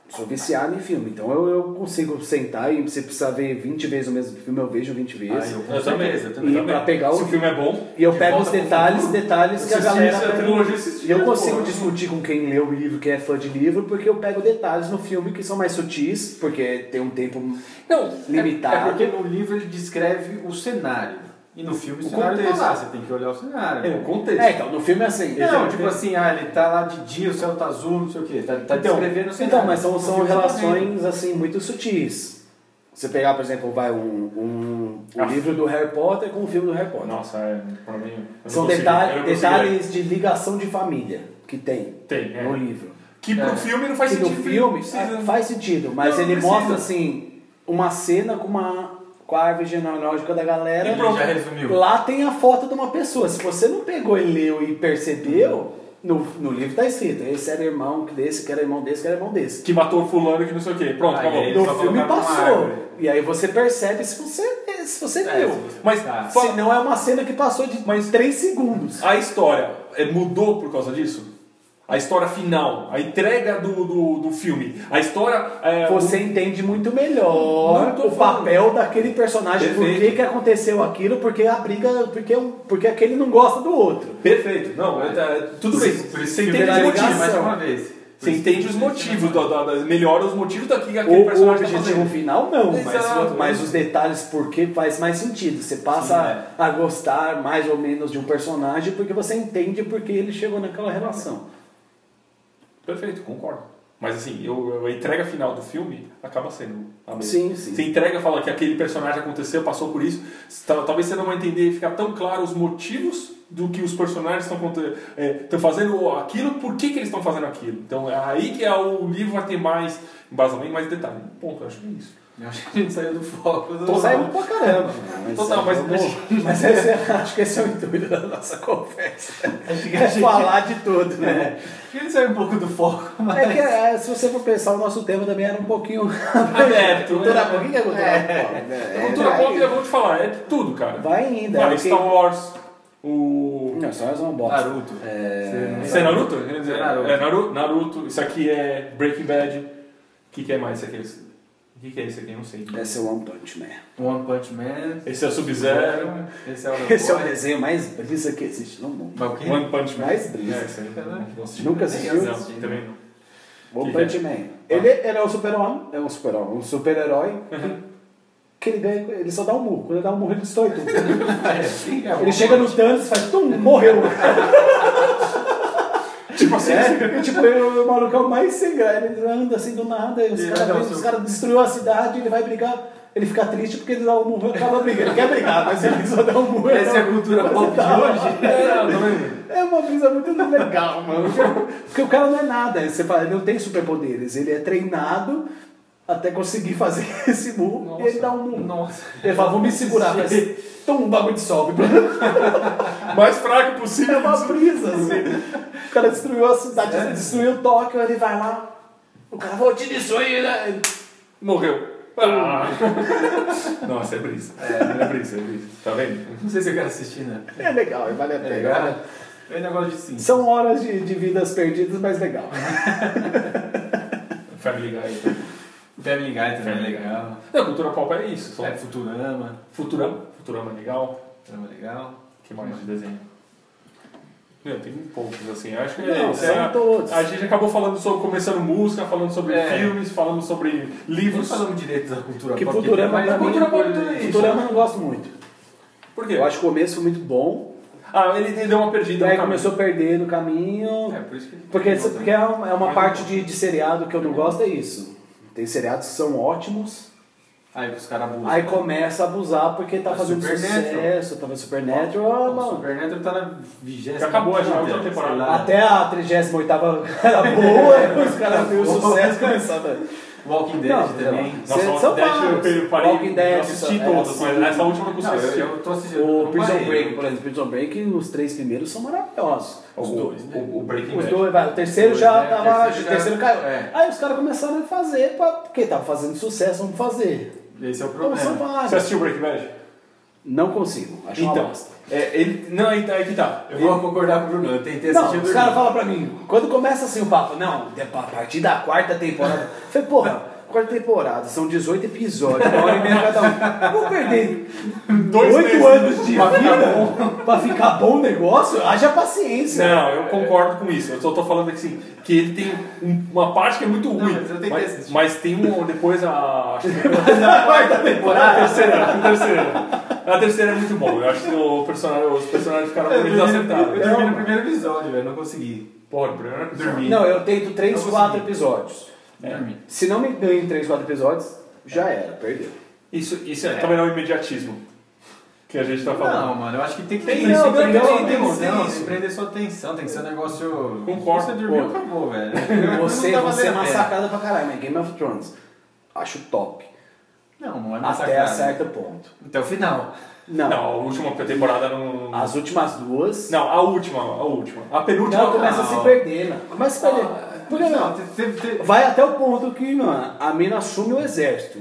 C: sou viciado em filme, então eu, eu consigo sentar e se precisar ver 20 vezes o mesmo filme, eu vejo 20 vezes.
B: Ah, eu-
A: Eu também.
B: Certeza, eu
C: também. E pra pegar o-
A: Se o filme é bom,
C: E eu
A: De
C: pego os
A: volta pro
C: detalhes, detalhes que a
A: assisti
C: galera.
A: essa
C: pega-
A: trilogia esses
C: E eu
A: dias,
C: consigo
B: né?
A: pô.
C: discutir com quem lê o livro, quem é fã de livro, porque eu pego detalhes no filme que são mais sutis, porque tem um tempo
B: Não,
C: limitado.
B: É, é porque no livro ele descreve o cenário. E no filme o,
A: O
B: cenário tá
A: contexto.
B: lá, você tem que olhar o cenário.
A: é o contexto.
C: É, então, no filme é assim.
B: Não,
C: Ele-
B: tipo assim, ah, ele tá lá de dia, o céu tá azul, não sei o quê. Tá, tá
C: Então,
B: descrevendo o cenário.
C: então, mas são,
B: No
C: são
B: filme você tá vendo.
C: relações assim muito sutis. Você pegar, por exemplo, vai um, um, o
A: Ah.
C: livro do Harry Potter com o filme do Harry Potter.
A: Nossa, é, pra mim. eu não
C: São
A: consigo,
C: detalhe-
A: eu não consigo ler.
C: detalhes de ligação de família que tem,
A: Tem, é.
C: no livro.
A: Que pro
B: É.
A: filme não faz
C: que
A: sentido.
C: no filme
A: precisa.
C: ah, faz sentido, mas
A: Não,
C: ele
A: precisa.
C: mostra assim uma cena com uma com a árvore genealógica da galera.
B: Ele já resumiu.
C: Lá tem a foto de uma pessoa. Se você não pegou e leu e percebeu, no, no livro tá escrito: esse era irmão desse, que era irmão desse, que era irmão desse.
A: Que matou fulano que não sei o quê. Pronto,
B: Ah,
A: acabou.
B: e aí?
C: No
B: só
C: filme
B: colocaram uma
C: passou.
B: árvore.
C: E aí você percebe se você você, se você
B: É,
C: viu.
B: se você-
A: Mas
B: Tá.
A: fa-
C: Se não é uma cena que passou de mais 3 segundos.
A: a história é, mudou por causa disso? A história final, a entrega do, do, do filme, a história. é,
C: Você entende muito melhor
A: Não tô
C: o papel daquele personagem, por
A: Perfeito.
C: que, que aconteceu aquilo, porque a briga, porque, um- porque aquele não gosta do outro.
A: Perfeito, não, é, tá, tudo bem.
B: Por isso
A: Você
B: que
A: entende
B: eu
A: os
B: vou ligar
A: motivos.
B: mais
C: ligação.
B: uma vez.
A: Você entende os motivos, da, da, da- melhora os motivos daqui que
C: O,
A: aquele
C: o
A: personagem tá
C: objetivo
A: fazendo.
C: final não, mas,
A: Exato.
C: mas os detalhes porque faz mais sentido. Você passa
A: é.
C: a gostar mais ou menos de um personagem porque você entende porque ele chegou naquela relação.
A: Perfeito, concordo. Mas assim, eu, a entrega final do filme acaba sendo a mesma.
C: Sim, sim.
A: Você entrega, fala que aquele personagem aconteceu, passou por isso. Tal- Talvez você não vai entender e ficar tão claro os motivos do que os personagens estão conte- é, estão fazendo aquilo, por que, que eles estão fazendo aquilo. Então é aí que é, o livro vai ter mais embasamento, mais detalhe. Ponto, eu acho que é isso.
B: Eu acho que a gente saiu do foco. Do...
C: Então saiu pra caramba.
A: Total, mas-
C: vamos- mas esse, é- acho que esse é o intuito da nossa conversa.
B: Acho que a
C: É
B: gente...
C: falar de tudo, né?
B: É, acho que a gente saiu um pouco do foco, mas...
C: É que é, se você for pensar, o nosso tema também era um pouquinho
A: Aberto,
C: Cultura
A: né?
C: pop, o que é cultura pop? né?
A: Cultura
C: É,
A: pop, eu vou te falar, é tudo, cara.
C: Vai ainda.
A: Vai,
C: é porque-
A: Star Wars, o.
C: Não, Star Wars é uma bosta.
B: Naruto.
C: É...
A: Isso é Naruto? Quer dizer,
B: É Naruto.
A: É Naruto, Naruto. Isso aqui é Breaking Bad. O que, que é mais? Isso aqui é- O que, que é isso aqui? Eu Não sei.
C: Esse é o One Punch Man.
B: One Punch Man.
A: Esse é o Sub-Zero.
B: Esse é o...
C: Esse é o desenho mais brisa que existe no mundo.
B: Mas o quê?
A: One Punch Man.
C: Mais brisa.
A: É, isso aí. Não assisti.
C: Nunca assistiu?
A: Não, assisti também não.
C: One
A: Que
C: Punch Man. Ele, ele é um super-homem, Uhum. é um super-homem, um super-herói que ele ganha, ele só dá um murro. Quando ele dá um murro, ele destrói tudo.
B: É,
C: Ele chega no Thanos e faz, tum, morreu.
A: Tipo assim,
C: É, tipo, ele é o malucão mais sem graça. Ele anda assim do nada, e os
B: Ele vai
C: caras
B: dar um
C: vêm, os
B: soco.
C: caras destruiu a cidade, ele vai brigar. Ele fica triste porque ele dá um murro e acaba brigando. Ele quer brigar, mas ele só dá um murro.
B: Essa é a
C: dá um-
B: cultura pop de hoje?
A: é, não, também.
C: É uma brisa muito legal, mano. Porque o cara não é nada, você fala, ele não tem superpoderes, ele é treinado até conseguir fazer esse murro e ele dá um murro.
B: Nossa.
C: Ele fala, vou me segurar, mas toma um bagulho de sol.
A: Mais fraco possível.
C: É uma brisa, assim. O cara destruiu a cidade,
B: Sério?
C: destruiu Tóquio, ele vai lá. O cara, vou te destruir, né?
A: Morreu. Ah. Nossa, é brisa. É, brisa, é brisa. Tá vendo?
B: Não sei se eu quero assistir, né?
C: É legal, vale a
B: É
C: pena.
B: legal? Eu ainda gosto de sim.
C: São horas de, de vidas perdidas, mas legal.
A: Family Guy.
B: Family Guy também é
A: Family Guy.
B: legal.
A: Não, cultura pop é isso. Só.
B: É Futurama.
A: Futurama. Futurama é legal.
B: Futurama é legal.
A: que mais de desenho? Meu, tem poucos, assim. Eu acho que é
C: Não,
A: isso.
C: são
A: É,
C: todos.
A: A gente acabou falando sobre, começando música, falando sobre
B: É.
A: filmes, falando sobre
B: Nem
A: livros.
B: falamos direito da cultura
C: Que
B: pop.
C: Futurama
B: mas
C: pra mim- é
B: cultura pop
A: Isso.
C: Futurama eu não gosto muito.
A: Por quê?
C: Eu acho o começo muito bom.
A: Ah, ele ele deu uma
C: E
A: perdida.
C: daí
A: no caminho.
C: começou a perder no caminho.
B: É, por isso que...
C: Porque, isso-
A: né?
C: porque é uma é uma parte de, de seriado que eu não gosto, é isso. Tem seriados que são ótimos,
B: Aí os caras abusam.
C: aí começa a abusar porque tá
B: Mas
C: fazendo
B: Supernatural.
C: sucesso, tava Supernatural, ah,
B: O
C: mano.
B: Supernatural tá na vigésima.
A: Já acabou, já,
B: quinta,
A: outra
B: sei
A: temporada.
B: lá.
C: Até a 38 era boa, né? os caras viram o sucesso né? e começaram.
B: Walking Dead também.
A: Nossa,
C: Cê-
A: Walking
C: são
A: Dead
C: vários.
A: eu parei,
C: Walking Dead,
A: eu assisti
C: é,
A: todas,
C: assim.
A: mas essa última eu não consegui
B: eu,
A: assistir.
B: eu tô assistindo. eu
C: O
B: não
C: Prison
B: parei.
C: Break, por exemplo, Prison Break, os três primeiros são maravilhosos.
A: Os dois, né? o, o Breaking
C: Os
A: Bad.
C: dois, vai, o terceiro
B: Dois,
C: já
B: né?
C: tava. O
B: Terceiro já-
C: terceiro caiu.
B: é.
C: Aí os caras começaram a fazer pra, porque tava fazendo sucesso, vamos fazer.
B: Esse é o
C: Então são
B: problema.
A: Você
C: vários.
A: assistiu Breaking Bad?
C: Não consigo, acho uma
A: Então,
C: bosta.
A: é, ele, não, então é que tá.
B: Eu vou concordar com o Bruno. Eu tentei
C: Não,
B: assistir
C: os
B: dormindo.
C: caras falam pra mim, quando começa assim o papo, não, de- a partir da quarta temporada. Eu falei, porra, quarta temporada, são 18 episódios, uma hora e meia cada um. Vou perder
A: Dois meses.
C: oito anos de
B: né?"
C: vida pra ficar bom o negócio? Haja paciência.
A: Não, eu concordo com isso. Eu só tô falando que, assim, que ele tem um- uma parte que é muito ruim.
B: mas eu tentei
A: mas,
B: assistir.
A: mas tem um depois a. acho que-
C: Na quarta temporada.
A: A terceira, a terceira. A terceira é muito bom. Eu acho que o personagem, os personagens ficaram
B: Eu
A: muito
B: dormi no- eu
A: acertados.
B: dormi no primeiro episódio, velho. Não consegui.
A: Porra, Bruno,
B: Dormi.
C: Não, eu tento 3,
B: Não
C: 4
B: consegui.
C: episódios.
A: É.
B: Dormi.
C: Se não me ganho em 3, 4 episódios, já era, perdeu.
A: Isso, isso é. também é o imediatismo que a gente tá falando.
B: Não, mano, eu acho que tem que
A: Tem,
B: prender-
A: não,
B: tem que
A: não, não,
B: prender sua
A: não,
B: atenção,
A: não,
B: tem que
A: não.
B: prender sua atenção, tem que ser um negócio.
A: Concordo.
B: Você dormiu,
C: Pô.
B: acabou, velho.
C: Você,
B: não tá
C: você é
B: valendo a pena.
C: massacrada pra caralho, mas Game of Thrones. Acho top.
B: Não, não é
C: Até a
B: massacrado.
C: certo ponto.
B: Até o final.
A: Não, a última temporada não.
C: As últimas duas.
A: Não, a última, a última. A penúltima.
C: Não, começa a se
B: não. Ah.
C: perder, mano. Começa a se perder. Por que não?
B: Teve, teve...
C: Vai até o ponto que, mano, a mina assume o exército.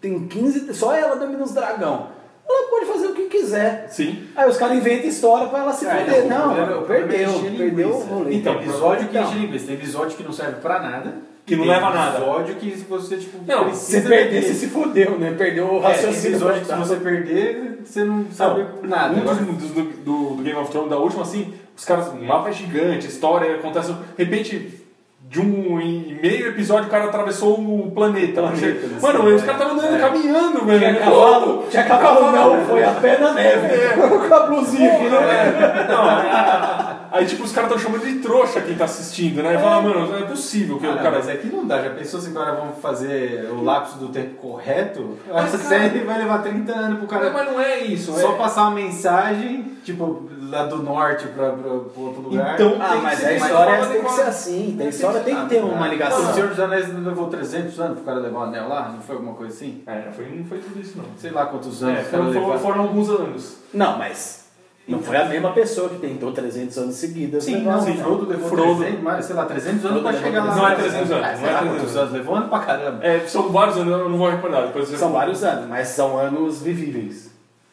C: Tem 15. Só ela domina os dragão. ela pode fazer o que quiser.
A: Sim.
C: Aí os caras inventam história pra ela se
B: É,
C: foder.
B: não,
C: Não,
B: o problema- o problema é
C: perdeu,
B: encher
C: perdeu o
B: linguiça.
C: rolê.
A: Então,
B: Tem episódio é que
C: Então.
B: enche linguiça, tem episódio que não serve pra nada.
A: Que não
B: tem
A: leva a nada.
B: episódio que se você, tipo,
A: Não,
C: se
B: precisa...
C: perder, você se fodeu, né? Perdeu o
B: É, tem
C: raciocínio. tá.
B: episódio que se
C: total.
B: você perder, você não sabe nada.
A: Um
B: Agora,
A: dos, dos- do, do- do Game of Thrones, da última, assim, os caras, um mapa é gigante, história, acontece. De repente, de um e meio episódio, o cara atravessou o planeta. É. lá.
B: Planeta, né?
A: Mano, os caras estavam andando, caminhando, velho.
C: Tinha cavalo, tinha cavalo não, foi
B: né?
C: a pé na neve.
B: É.
C: Com a blusinha.
A: Porra, né? Não, aí- aí tipo, os caras estão chamando de trouxa quem tá assistindo, né? E fala, mano, não é possível que
B: Ah,
A: o
B: não,
A: cara.
B: mas aqui não dá, já pensou se agora vamos fazer o lapso do tempo correto?
A: Mas,
B: Essa
A: cara-
B: série vai levar 30 anos pro
A: Não,
B: cara
A: mas não é isso,
B: só
A: é-
B: passar uma mensagem, tipo, lá do norte pra, pra, pro outro lugar.
A: Então
C: Ah,
A: tem
C: mas
B: é
A: que ser
C: a
A: feito de
C: história
A: forma
C: tem que ser
A: adequada.
C: assim. Tem história tem que ter uma
B: Ah, O
C: ligação.
B: Senhor dos Anéis não levou 300 anos pro cara levar o anel lá? Não foi alguma coisa assim?
A: É, não foi, não foi tudo isso, não.
B: Sei lá quantos
A: É,
B: anos o cara
A: foram, foram-
B: levou.
A: foram alguns anos.
C: Não, mas não foi a mesma pessoa que tentou 300 anos seguidas.
B: Sim,
C: levar
B: não,
C: o
B: sim,
C: anel.
B: Frodo levou
A: Frodo.
B: 300, mas, sei lá, 300 anos
C: Frodo
B: pra
C: levou
B: chegar
A: Não
B: lá.
C: 300.
A: é 300 anos,
B: Ah,
A: não
B: sei
A: é
B: lá
A: 300
B: quantos anos, levou ano pra caramba.
A: É, são vários anos, eu não vou recordar. Depois eu-
C: né? São vários anos, mas são anos vivíveis.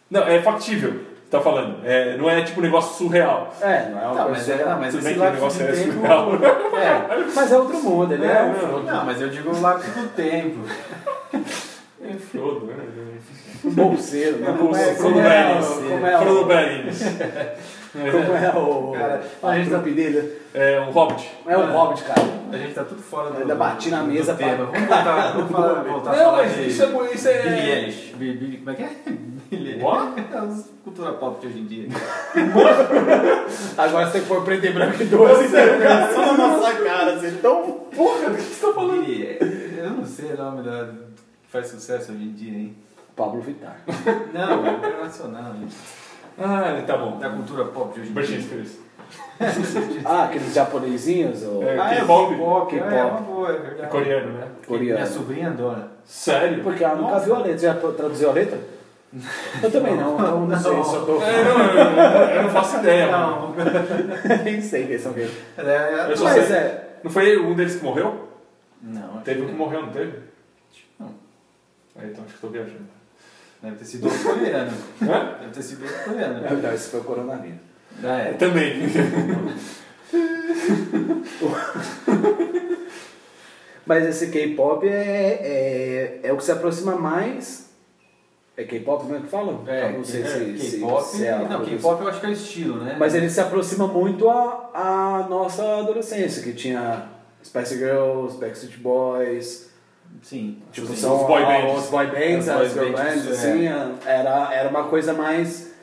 A: Não, é factível, você tá falando. É, não é tipo um negócio surreal.
C: É, não é uma
B: Não, mas,
C: coisa...
B: é, não, mas
A: Tudo
B: esse
A: bem que o
B: lapso
A: negócio
B: de
A: é
B: tempo...
A: surreal.
B: É,
C: Mas é outro mundo, ele é,
A: É,
C: um
A: não.
C: Frodo.
B: Não, mas eu digo o lápis do tempo.
A: É Frodo, né?
C: um bolseiro. né?
A: É,
C: Como é-
A: bolseiro,
C: como
A: Frodo
C: é
A: Baggins.
C: o- como é o-
A: Frodo Baggins.
C: Como é o.
B: Cara,
C: a gente tá da dele.
A: É um hobbit.
C: É o
B: Mano.
C: Hobbit, cara.
B: A gente tá tudo fora do.
C: Ainda bati na
B: do
C: mesa pra
B: tema. Vamos voltar, vamos falar, voltar a falar de.
C: é-
A: bom, isso é-
B: Billie Eilish. Bi- Bi- Como é que é? Billie Eilish.
A: What?
B: É as cultura pop de hoje em dia.
C: Agora você for preto e branco e doce, você
B: é,
C: fica só na nossa cara, assim, tão.
A: Porra, do que você tá falando?
B: Billie Eilish. Eu não sei o nome da. que faz sucesso hoje em dia, hein?
C: Pablo Vittar.
B: Não, é internacional, gente.
A: Ah, tá bom.
B: Da cultura pop de hoje em
A: Britney
B: dia.
A: Spears.
C: Ah, aqueles japonesinhos? Ou...
A: É.
B: Ah, é
A: K-pop.
B: pop, é
C: K-pop.
B: uma boa, é
A: É
B: verdade.
A: coreano, né?
C: Coreano.
B: Minha sobrinha adora.
A: Sério?
C: Porque ela nunca viu a letra. Você já traduziu a letra? Eu também não, então não, sei, só tô.
A: É, não, eu, eu- eu não faço ideia, mano.
B: Não,
C: Nem sei quem são quem.
B: ela é-
A: Eu só
C: Mas
A: sei.
C: é.
A: Não foi um deles que morreu?
B: Não,
A: Teve um que morreu, não teve?
B: Não.
A: É, então acho que eu tô viajando.
B: Deve ter sido outro coreano.
A: Hã?
B: Deve ter sido outro coreano.
C: Não, esse foi o coronavírus.
B: Ah, é.
A: Também.
C: Mas esse K-pop é, é, é o que se aproxima mais. É K-pop mesmo que falam?
B: É,
C: Eu não sei
B: é,
C: se, se-
B: K-pop.
C: se é
B: não,
C: produção.
B: K-pop eu acho que é o estilo, né?
C: Mas ele se aproxima muito à, à nossa adolescência, que tinha Spice Girls, Backstreet Boys,
B: Sim.
C: tipo,
B: sim.
C: são
A: os boy bands.
C: Os boy bands,
B: Os
C: as
B: boy
C: girl
B: bands, é.
C: bands, assim, era, era uma coisa mais...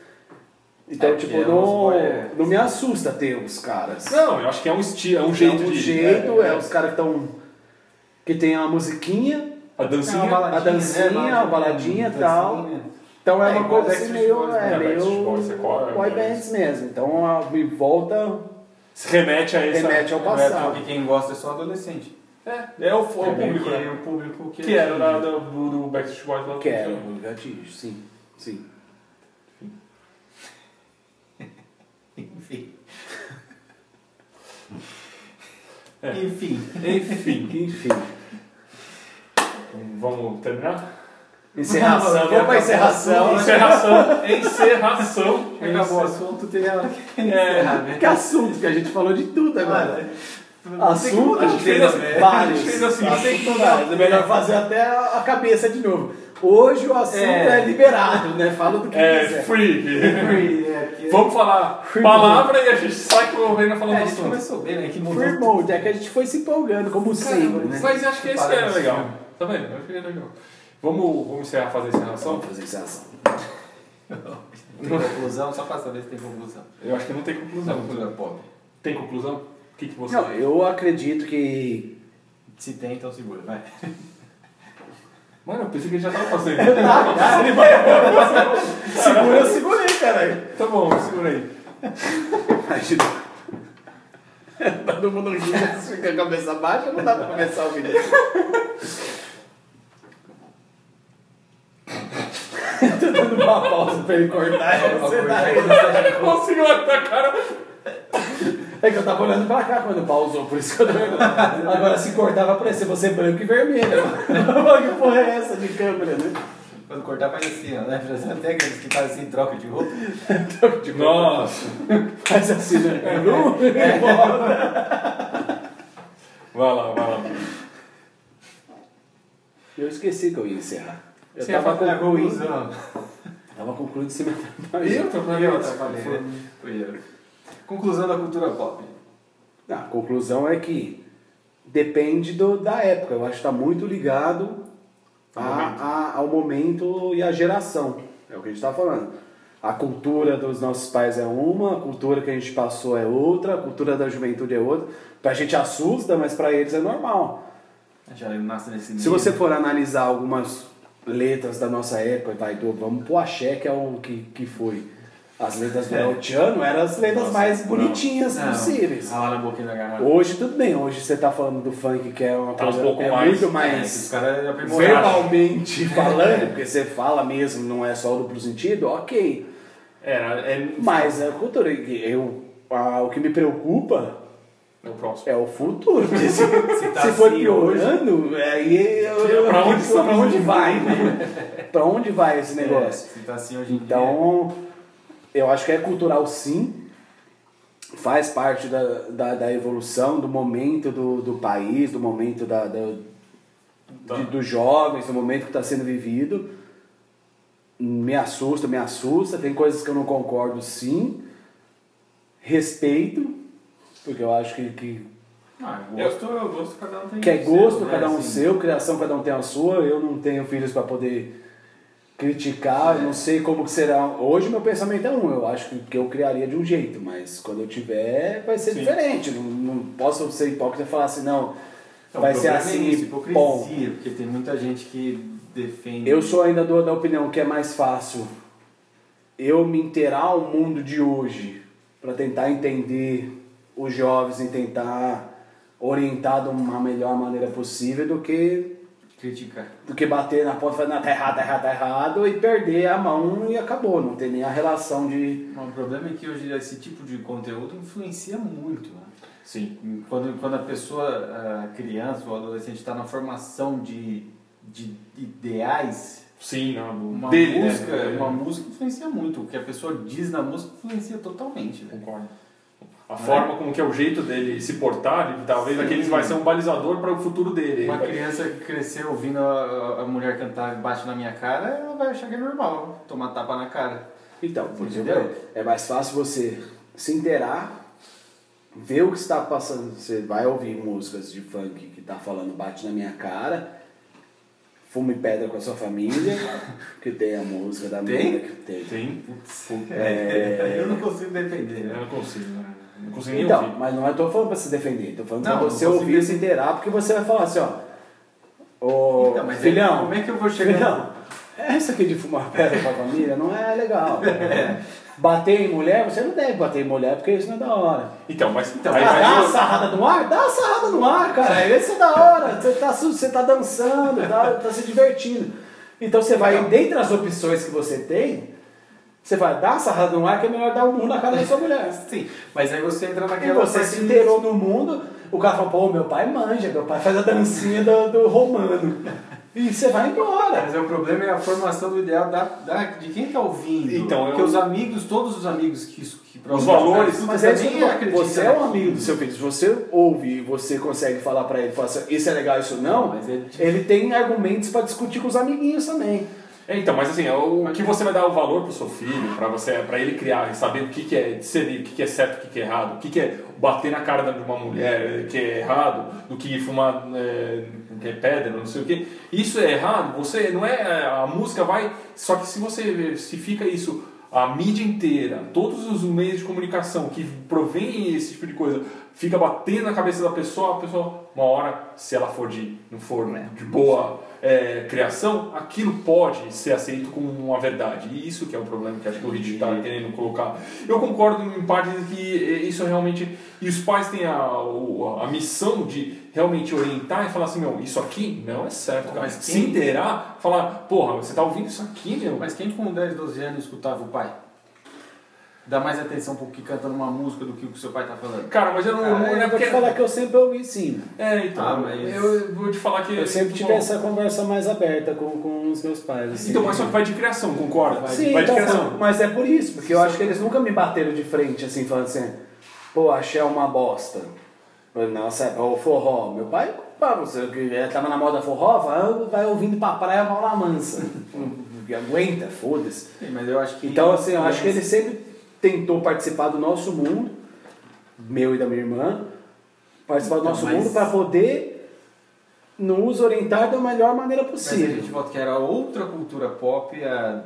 C: Então,
B: É,
C: tipo,
B: porque
C: não,
B: os boy- é.
C: não me assusta ter os caras.
A: Não, eu acho que é um estilo, é um jeito
C: é um
A: de...
C: jeito, é,
A: é,
C: os caras que estão... Que tem a musiquinha,
A: A
B: É
A: dancinha.
C: bala-
B: né?
C: a dancinha, a baladinha e tal. então é,
B: É,
C: uma
B: igual
C: coisa
B: Backstreet
C: assim, meio,
B: Boys,
C: é,
A: né? Backstreet
C: meio
A: Boys, é qual-
C: boy bands mesmo. Então a- me volta,
A: se remete a essa...
C: remete ao
B: Não é
C: passado.
B: porque quem gosta é só adolescente.
A: É, é o, é o
B: É meio
A: público,
B: que
A: né?
B: O público que...
A: Que era da, da- do, do Backstreet Boys lá.
C: Quero, gatilho, sim. Sim.
B: Enfim.
A: É.
B: Enfim.
A: Enfim,
C: Enfim.
A: vamos terminar?
B: Não,
C: Encerração. Vamos pra
B: acabou.
C: encerração. né?
A: Encerração. Encerração.
B: Acabou o assunto, tem ela que encerrar, né?
C: Que assunto que a gente falou de tudo agora. Assunto
A: é. A gente fez
B: Entenda,
A: assim.
B: velho.
A: A gente fez
C: vários.
A: assim.
C: Assunto vários. É melhor fazer até a a cabeça de novo. Hoje o assunto é,
B: É.
C: liberado, né? Fala do que
A: É,
C: quiser.
A: free.
B: É, porque-
A: Vamos falar
C: Free
A: palavra e a gente sai correndo
B: É,
A: falando
B: a gente
A: assunto.
B: começou bem, né? Que mudou
C: Free mode, é que a gente foi se empolgando, como sempre, né?
A: Mas eu acho que esse que é
B: Parece.
A: legal. Tá vendo? Eu acho que é legal. Vamos, vamos encerrar, fazer a encerração?
C: Vamos fazer encerração.
B: Tem conclusão, só pra saber se tem conclusão. Tá
A: Eu acho que não tem
B: Na
A: conclusão.
B: cultura pop.
A: Tem conclusão? O que, que você.
C: Não, eu acredito que.
B: Se tem, então segura, vai.
A: Mano, eu pensei que a gente já tava fazendo.
C: Segura, eu segurei, caralho.
A: tá bom, segura aí.
C: Imagina. Todo mundo rindo, se fica com a cabeça baixa, não dá pra começar o vídeo. Tô dando uma pausa pra ele cortar. é você tá rindo.
A: Ele conseguiu matar a cara.
C: É que eu tava olhando pra cá quando pausou, por isso que eu tô olhando. Agora se cortar vai aparecer você branco e vermelho. que porra é essa de é câmera, né?
B: Quando cortar faz assim, ó, né? Parece Até aqueles que fazem assim, troca de roupa.
A: Nossa!
C: Tipo, Faz assim, né? É nu?
A: Vai lá, vai lá.
C: Eu esqueci que eu ia encerrar. Eu
A: Você
C: tava,
A: ia falar-
C: conclu...
B: conclusão.
C: tava concluindo esse meu trabalho.
A: Eu trabalhei
B: Eu trabalhei, né? Fui eu. Conclusão da cultura pop.
C: Não, a conclusão é que depende do- da época. Eu acho que está muito ligado a- a- ao momento e à geração. É o que a gente está falando. A cultura dos nossos pais é uma, a cultura que a gente passou é outra, a cultura da juventude é outra. Pra gente assusta, mas pra eles é normal.
B: Já nasce nesse
C: Se
B: nível.
C: você for analisar algumas letras da nossa época, vai, do, vamos pro axé, que é o que, que foi. As letras do
B: É.
C: Eltiano eram as letras
B: Nossa,
C: mais
B: não.
C: bonitinhas
B: Não.
C: possíveis.
B: Ah, lá na boquinha da garrafa.
C: Hoje tudo bem, hoje você tá falando do funk que é uma
A: Tá um
C: coisa
A: pouco
C: é
A: mais-
C: muito
B: É,
C: mais
B: esses caras aprimoraram.
C: verbalmente falando, porque você fala mesmo, não é só duplo sentido, ok.
A: Era, é,
C: Mas a cultura, que eu, ah, o que me preocupa
A: é o próximo.
C: é o futuro. porque Se,
B: tá
C: se for
B: assim
C: piorando, aí eu, eu,
A: Pra onde-
C: fico,
A: pra onde
C: vai, né? pra onde vai esse negócio?
B: É, se tá assim hoje em dia.
C: Então, eu acho que é cultural sim, faz parte da, da, da evolução, do momento do, do país, do momento da, da- de- dos jovens, do momento que está sendo vivido. Me assusta, me assusta, tem coisas que eu não concordo sim. Respeito, porque eu acho que, que,
B: Ah, gosto, eu gosto, cada um tem
C: que é
B: o
C: gosto,
B: né,
C: cada um
B: assim.
C: seu, criação cada um tem a sua, eu não tenho filhos para poder criticar,
B: É.
C: eu não sei como que será. Hoje meu pensamento é um, eu acho que, que eu criaria de um jeito, mas quando eu tiver vai ser
A: Sim.
C: diferente. Não, não posso ser hipócrita e falar assim, não,
B: Então,
C: vai
B: o
C: ser
B: problema é
C: assim.
B: isso,
C: bom,
B: hipocrisia, porque tem muita gente que defende.
C: eu sou ainda do, da opinião que é mais fácil eu me inteirar ao mundo de hoje para tentar entender os jovens e tentar orientar de uma melhor maneira possível do que
B: criticar.
C: do que bater na porta e falar, não, tá errado, tá errado, tá errado, e perder a mão e acabou, não tem nem a relação de.
B: Mas O problema é que hoje esse tipo de conteúdo influencia muito. Né?
A: Sim.
B: Quando, quando a pessoa, a criança ou adolescente está na formação de, de ideais,
A: Sim, não.
B: uma
A: dele, né?
B: música,
A: É.
B: uma música influencia muito. O que a pessoa diz na música influencia totalmente. Né?
A: Concordo. A forma como que é o jeito dele se portar, ele, talvez
B: Sim.
A: aquele vai ser um balizador para o futuro dele.
B: Uma
A: Ele vai-
B: criança que crescer ouvindo a, a- a mulher cantar bate na minha cara, ela vai achar que é normal tomar tapa na cara.
C: Então, por
B: Entendeu?
C: exemplo, é mais fácil você se inteirar, ver o que está passando. Você vai ouvir músicas de funk que tá falando bate na minha cara, fume pedra com a sua família, que tem a música da
B: Tem?
C: menina que tem.
A: Sim.
B: É.
C: É.
B: Eu não consigo defender.
A: Eu
B: Né?
A: não consigo, né? Não consigo nem
C: Então,
A: ouvir.
C: mas não é tô falando pra se defender, tô falando
B: Não,
C: pra
B: não
C: você
B: consigo
C: ouvir e se inteirar, porque você vai falar assim, ó. Ô,
B: Então, mas aí
C: filhão,
B: como é que eu vou chegar?
C: Não, essa aqui de fumar pedra com a família não é legal. Bater em mulher, você não deve bater em mulher porque isso não é da hora.
A: Então, mas.
B: Então,
A: aí
C: ah,
A: vai
C: dá uma
A: do-
C: sarrada no ar? Dá uma sarrada no ar, cara. Isso é da hora. Você tá, su- você tá dançando, tá, tá se divertindo. Então você vai, dentre as opções que você tem, você vai dar uma sarrada no ar que é melhor dar um murro na cara da sua mulher.
B: Sim, mas aí você entra
C: E
B: naquela.
C: você se
B: parte-
C: inteirou no mundo, o cara fala, pô, meu pai manja, meu pai faz a dancinha do, do romano. E você vai embora.
B: Mas é, o problema é a formação do ideal da, da- de quem está ouvindo.
A: Então,
B: Porque
A: eu-
B: os amigos, todos os amigos que isso que
A: Os valores,
B: tudo,
C: Mas é isso
B: também
C: que eu tô falando.
B: acreditam
C: Você é um
B: naquilo.
C: amigo do seu filho. Se você ouve e você consegue falar pra ele, fala assim, isso é legal, isso não,
B: Mas é difícil.
C: ele tem argumentos pra discutir com os amiguinhos também.
A: É, então, mas assim, é o que você vai dar o valor pro seu filho, pra você, para ele criar e saber o que, que é discernir, o que, que é certo, o que, que é errado, o que, que é bater na cara da- de uma mulher eh, que é errado, do que fumar eh, que é pedra, não sei o que. Isso é errado. Você não é eh, a música vai. Só que se você se fica isso a mídia inteira, todos os meios de comunicação que provém esse tipo de coisa, fica batendo na cabeça da pessoa, a pessoa, uma hora, se ela for de, não for de boa é, criação, aquilo pode ser aceito como uma verdade. E isso que é o problema que acho que o Rich está querendo colocar. Eu concordo em parte que é, isso realmente. E os pais têm a, o- a missão de realmente orientar e falar assim: meu, isso aqui não é certo, cara.
B: Mas
A: Se
B: quem-
A: inteirar, falar, porra, você tá ouvindo isso aqui, meu?
B: Mas quem com 10, 12 anos escutava o pai? Dá mais atenção pro que cantando uma música do que o que seu pai tá falando.
A: Cara, mas eu não. não
C: Cara,
A: é
C: eu vou
A: porque-
C: te falar que eu sempre ouvi sim.
A: É, então.
B: Ah, mas-
A: Eu vou te falar que.
C: Eu sempre tive
A: Bom,
C: essa conversa mais aberta com, com os meus pais. assim.
A: Então, mas só que vai de criação, concorda? Vai,
C: Sim,
A: vai de
C: então,
B: assim.
A: criação.
C: mas é por isso, porque eu acho que eles nunca me bateram de frente assim, falando assim, pô, axé é uma bosta. Mas, Nossa, é o forró. Meu pai, pá, você que é, tava na moda forró, vai, vai ouvindo pra praia rola mansa. Aguenta, foda-se.
B: Sim, Mas eu acho que. é
C: Então, assim, eu acho que ele sempre tentou participar do nosso mundo, meu e da minha irmã, participar do
B: Então,
C: nosso
B: mas-
C: mundo para poder nos orientar da melhor maneira
B: Mas a
C: possível.
B: gente volta que era outra cultura pop há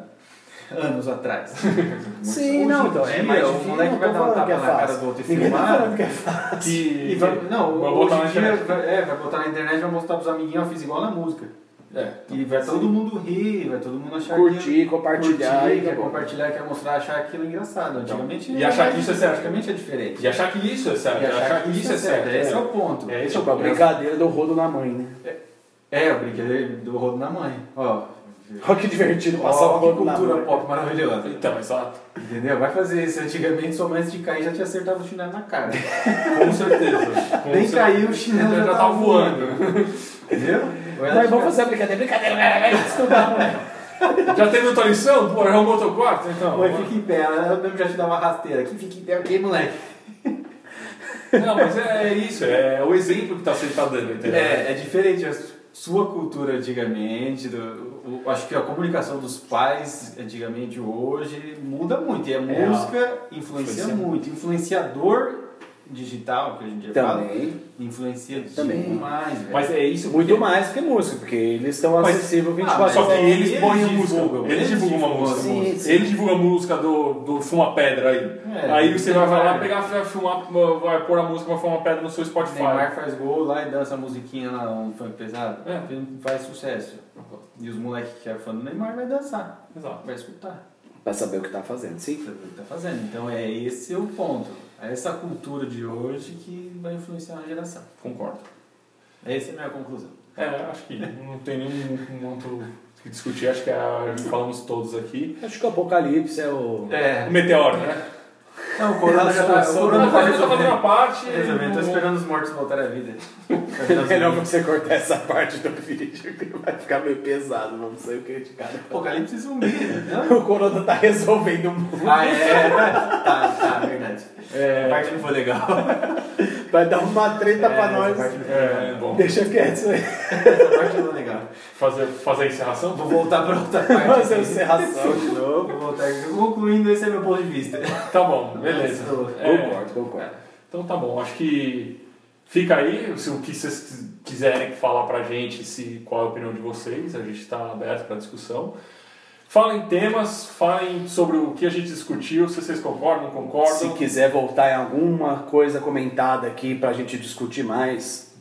B: anos atrás.
C: Sim,
B: Hoje
C: não,
B: em
C: então, é
B: dia,
C: mais
B: O
C: difícil,
B: moleque
C: não
B: vai
C: tô
B: dar um
C: falando
B: tapa
C: que é
B: na cara
C: fácil.
B: do outro e
C: Ninguém tá
B: filmar.
C: falando que é fácil.
A: Que,
B: E vai, não,
A: vai
B: hoje
A: botar na
B: em dia
C: né?
A: internet.
B: vai, é, vai botar na internet, vai mostrar pros amiguinhos, ó, fiz igual na música.
A: É.
B: E vai todo mundo rir, vai todo mundo achar
C: Então, Curtir,
B: aquilo-
C: compartilhar
B: curtir, quer
C: e acabou. Então,
B: compartilhar, quer mostrar, achar aquilo engraçado. Antigamente
A: E
B: era
A: achar
B: mais
A: que isso é
B: difícil,
A: certo.
B: antigamente é diferente.
A: E achar que isso é certo.
B: E achar que isso é certo. Esse é
A: é.
B: o ponto.
A: É, esse é o
C: Tipo, a
A: problema.
C: brincadeira do rodo na mãe, né?
B: É, o brinquedo do rodo na mãe. Ó,
C: Olha que divertido
B: ó,
C: passar o
B: que
C: rodo na
B: cultura
C: mãe.
B: pop maravilhosa.
A: Então, exato.
B: Entendeu? Vai fazer isso. Antigamente, sua mãe antes de cair já tinha acertado o chinelo na cara.
A: Com certeza. Com
B: Nem
A: certeza.
B: caiu, o chinelo
A: Já
B: já,
A: tá
B: tava é
A: voando.
B: Entendeu? Ou ela
C: Mas vamos
B: tinha-
C: fazer a brincadeira. Brincadeira, né? galera. Desculpa.
A: Já teve outra lição? Pô, já arrumou outro quarto? Então.
B: Mãe, fica em pé. Ela ela mesmo já te dá uma rasteira. Que fica em pé o quê, moleque?
A: Não, mas é, é isso. É o exemplo que tá sendo tá dando, entendeu?
B: É, é diferente a sua cultura antigamente, do- o- acho que a comunicação dos pais antigamente e hoje muda muito. E a música É, influencia
A: influencia
B: muito. Influenciador digital, que hoje em dia fala,
C: Também.
B: influencia
C: Também.
B: demais, velho.
A: Mas é isso.
C: Muito
A: porque-
C: mais do que música, porque eles estão
A: Mas-
C: acessíveis
B: Ah, mas é,
A: Tipo,
C: 24
A: Só que
C: horas.
A: eles
B: Eles
A: põem a música.
B: divulgam,
A: Eles
B: eles
A: divulgam uma
B: divulgam,
A: música.
C: sim, sim.
A: Eles divulgam a música do, do Fuma Pedra aí.
B: É,
A: aí você vai,
B: Neymar.
A: lá pegar, vai, filmar, vai pôr a música, vai fumar pedra no seu Spotify.
B: Neymar faz gol lá e dança a musiquinha lá, um funk pesado.
A: É.
B: Faz sucesso. E os moleques que é fã do Neymar vai dançar,
A: Exato.
B: vai escutar.
C: Pra saber o que tá fazendo, sim.
B: Isso é o que ele tá fazendo. Então é esse o ponto. É essa cultura de hoje que vai influenciar a geração.
A: Concordo.
B: Essa é a minha conclusão.
A: É, acho que não tem nenhum outro que discutir. Acho que é, a- falamos todos aqui.
C: Acho que o Apocalipse é
A: O
C: o.
B: É.
A: meteoro, né?
B: Não, o Corona já tá. O Corona
A: Não,
B: tá
A: a gente tá fazendo a
B: resolvendo.
A: parte.
B: Resolvendo, tô
A: não-
B: esperando os mortos voltarem à vida.
C: É
B: é
C: Melhor
B: um
C: você cortar essa parte do vídeo, que vai ficar meio pesado, vamos sair criticado.
B: Apocalipse zumbi. Não?
C: O Corona tá resolvendo o mundo.
B: Ah, é. Tá, tá, verdade.
A: É,
B: A parte não foi legal.
C: Vai dar uma treta pra nós.
A: É, bom.
C: Deixa quieto isso aí.
B: Essa parte não é legal.
A: Fazer, fazer a encerração?
B: Vou voltar pra outra parte.
C: Fazer encerração de
B: novo. Vou voltar aqui. Concluindo, esse é meu ponto de vista.
A: Tá bom, beleza.
B: Concordo,
A: É,
C: Concordo, concordo.
A: Então tá bom, acho que fica aí se o que vocês quiserem falar pra gente, se qual é a opinião de vocês, a gente está aberto para discussão. Falem temas, falem sobre o que a gente discutiu, se vocês concordam, não
C: Se
A: concordam.
C: quiser voltar em alguma coisa comentada aqui pra gente discutir mais,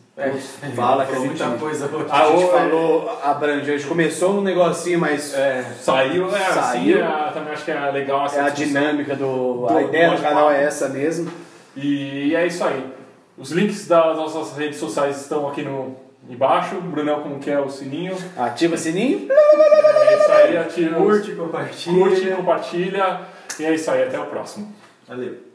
C: fala que a
B: Falou
C: gente.
B: muita tá coisa hoje.
C: A gente
A: Ah,
C: falou abrangente, a gente começou num negocinho, mas
B: É.
A: Saiu, é,
C: Saiu.
A: assim, é, também acho que é legal essa
C: é a
A: discussão.
C: dinâmica do.
A: Do-
C: A ideia
A: do
C: do canal é
A: bate-papo.
C: essa mesmo.
A: E é isso aí. Os links das nossas redes sociais estão aqui no embaixo. Brunel, como que é o sininho?
C: Ativa o sininho.
A: É isso aí, ativa, os-
B: Curte, compartilha.
A: curte, compartilha. E é isso aí, até o próximo.
B: Valeu.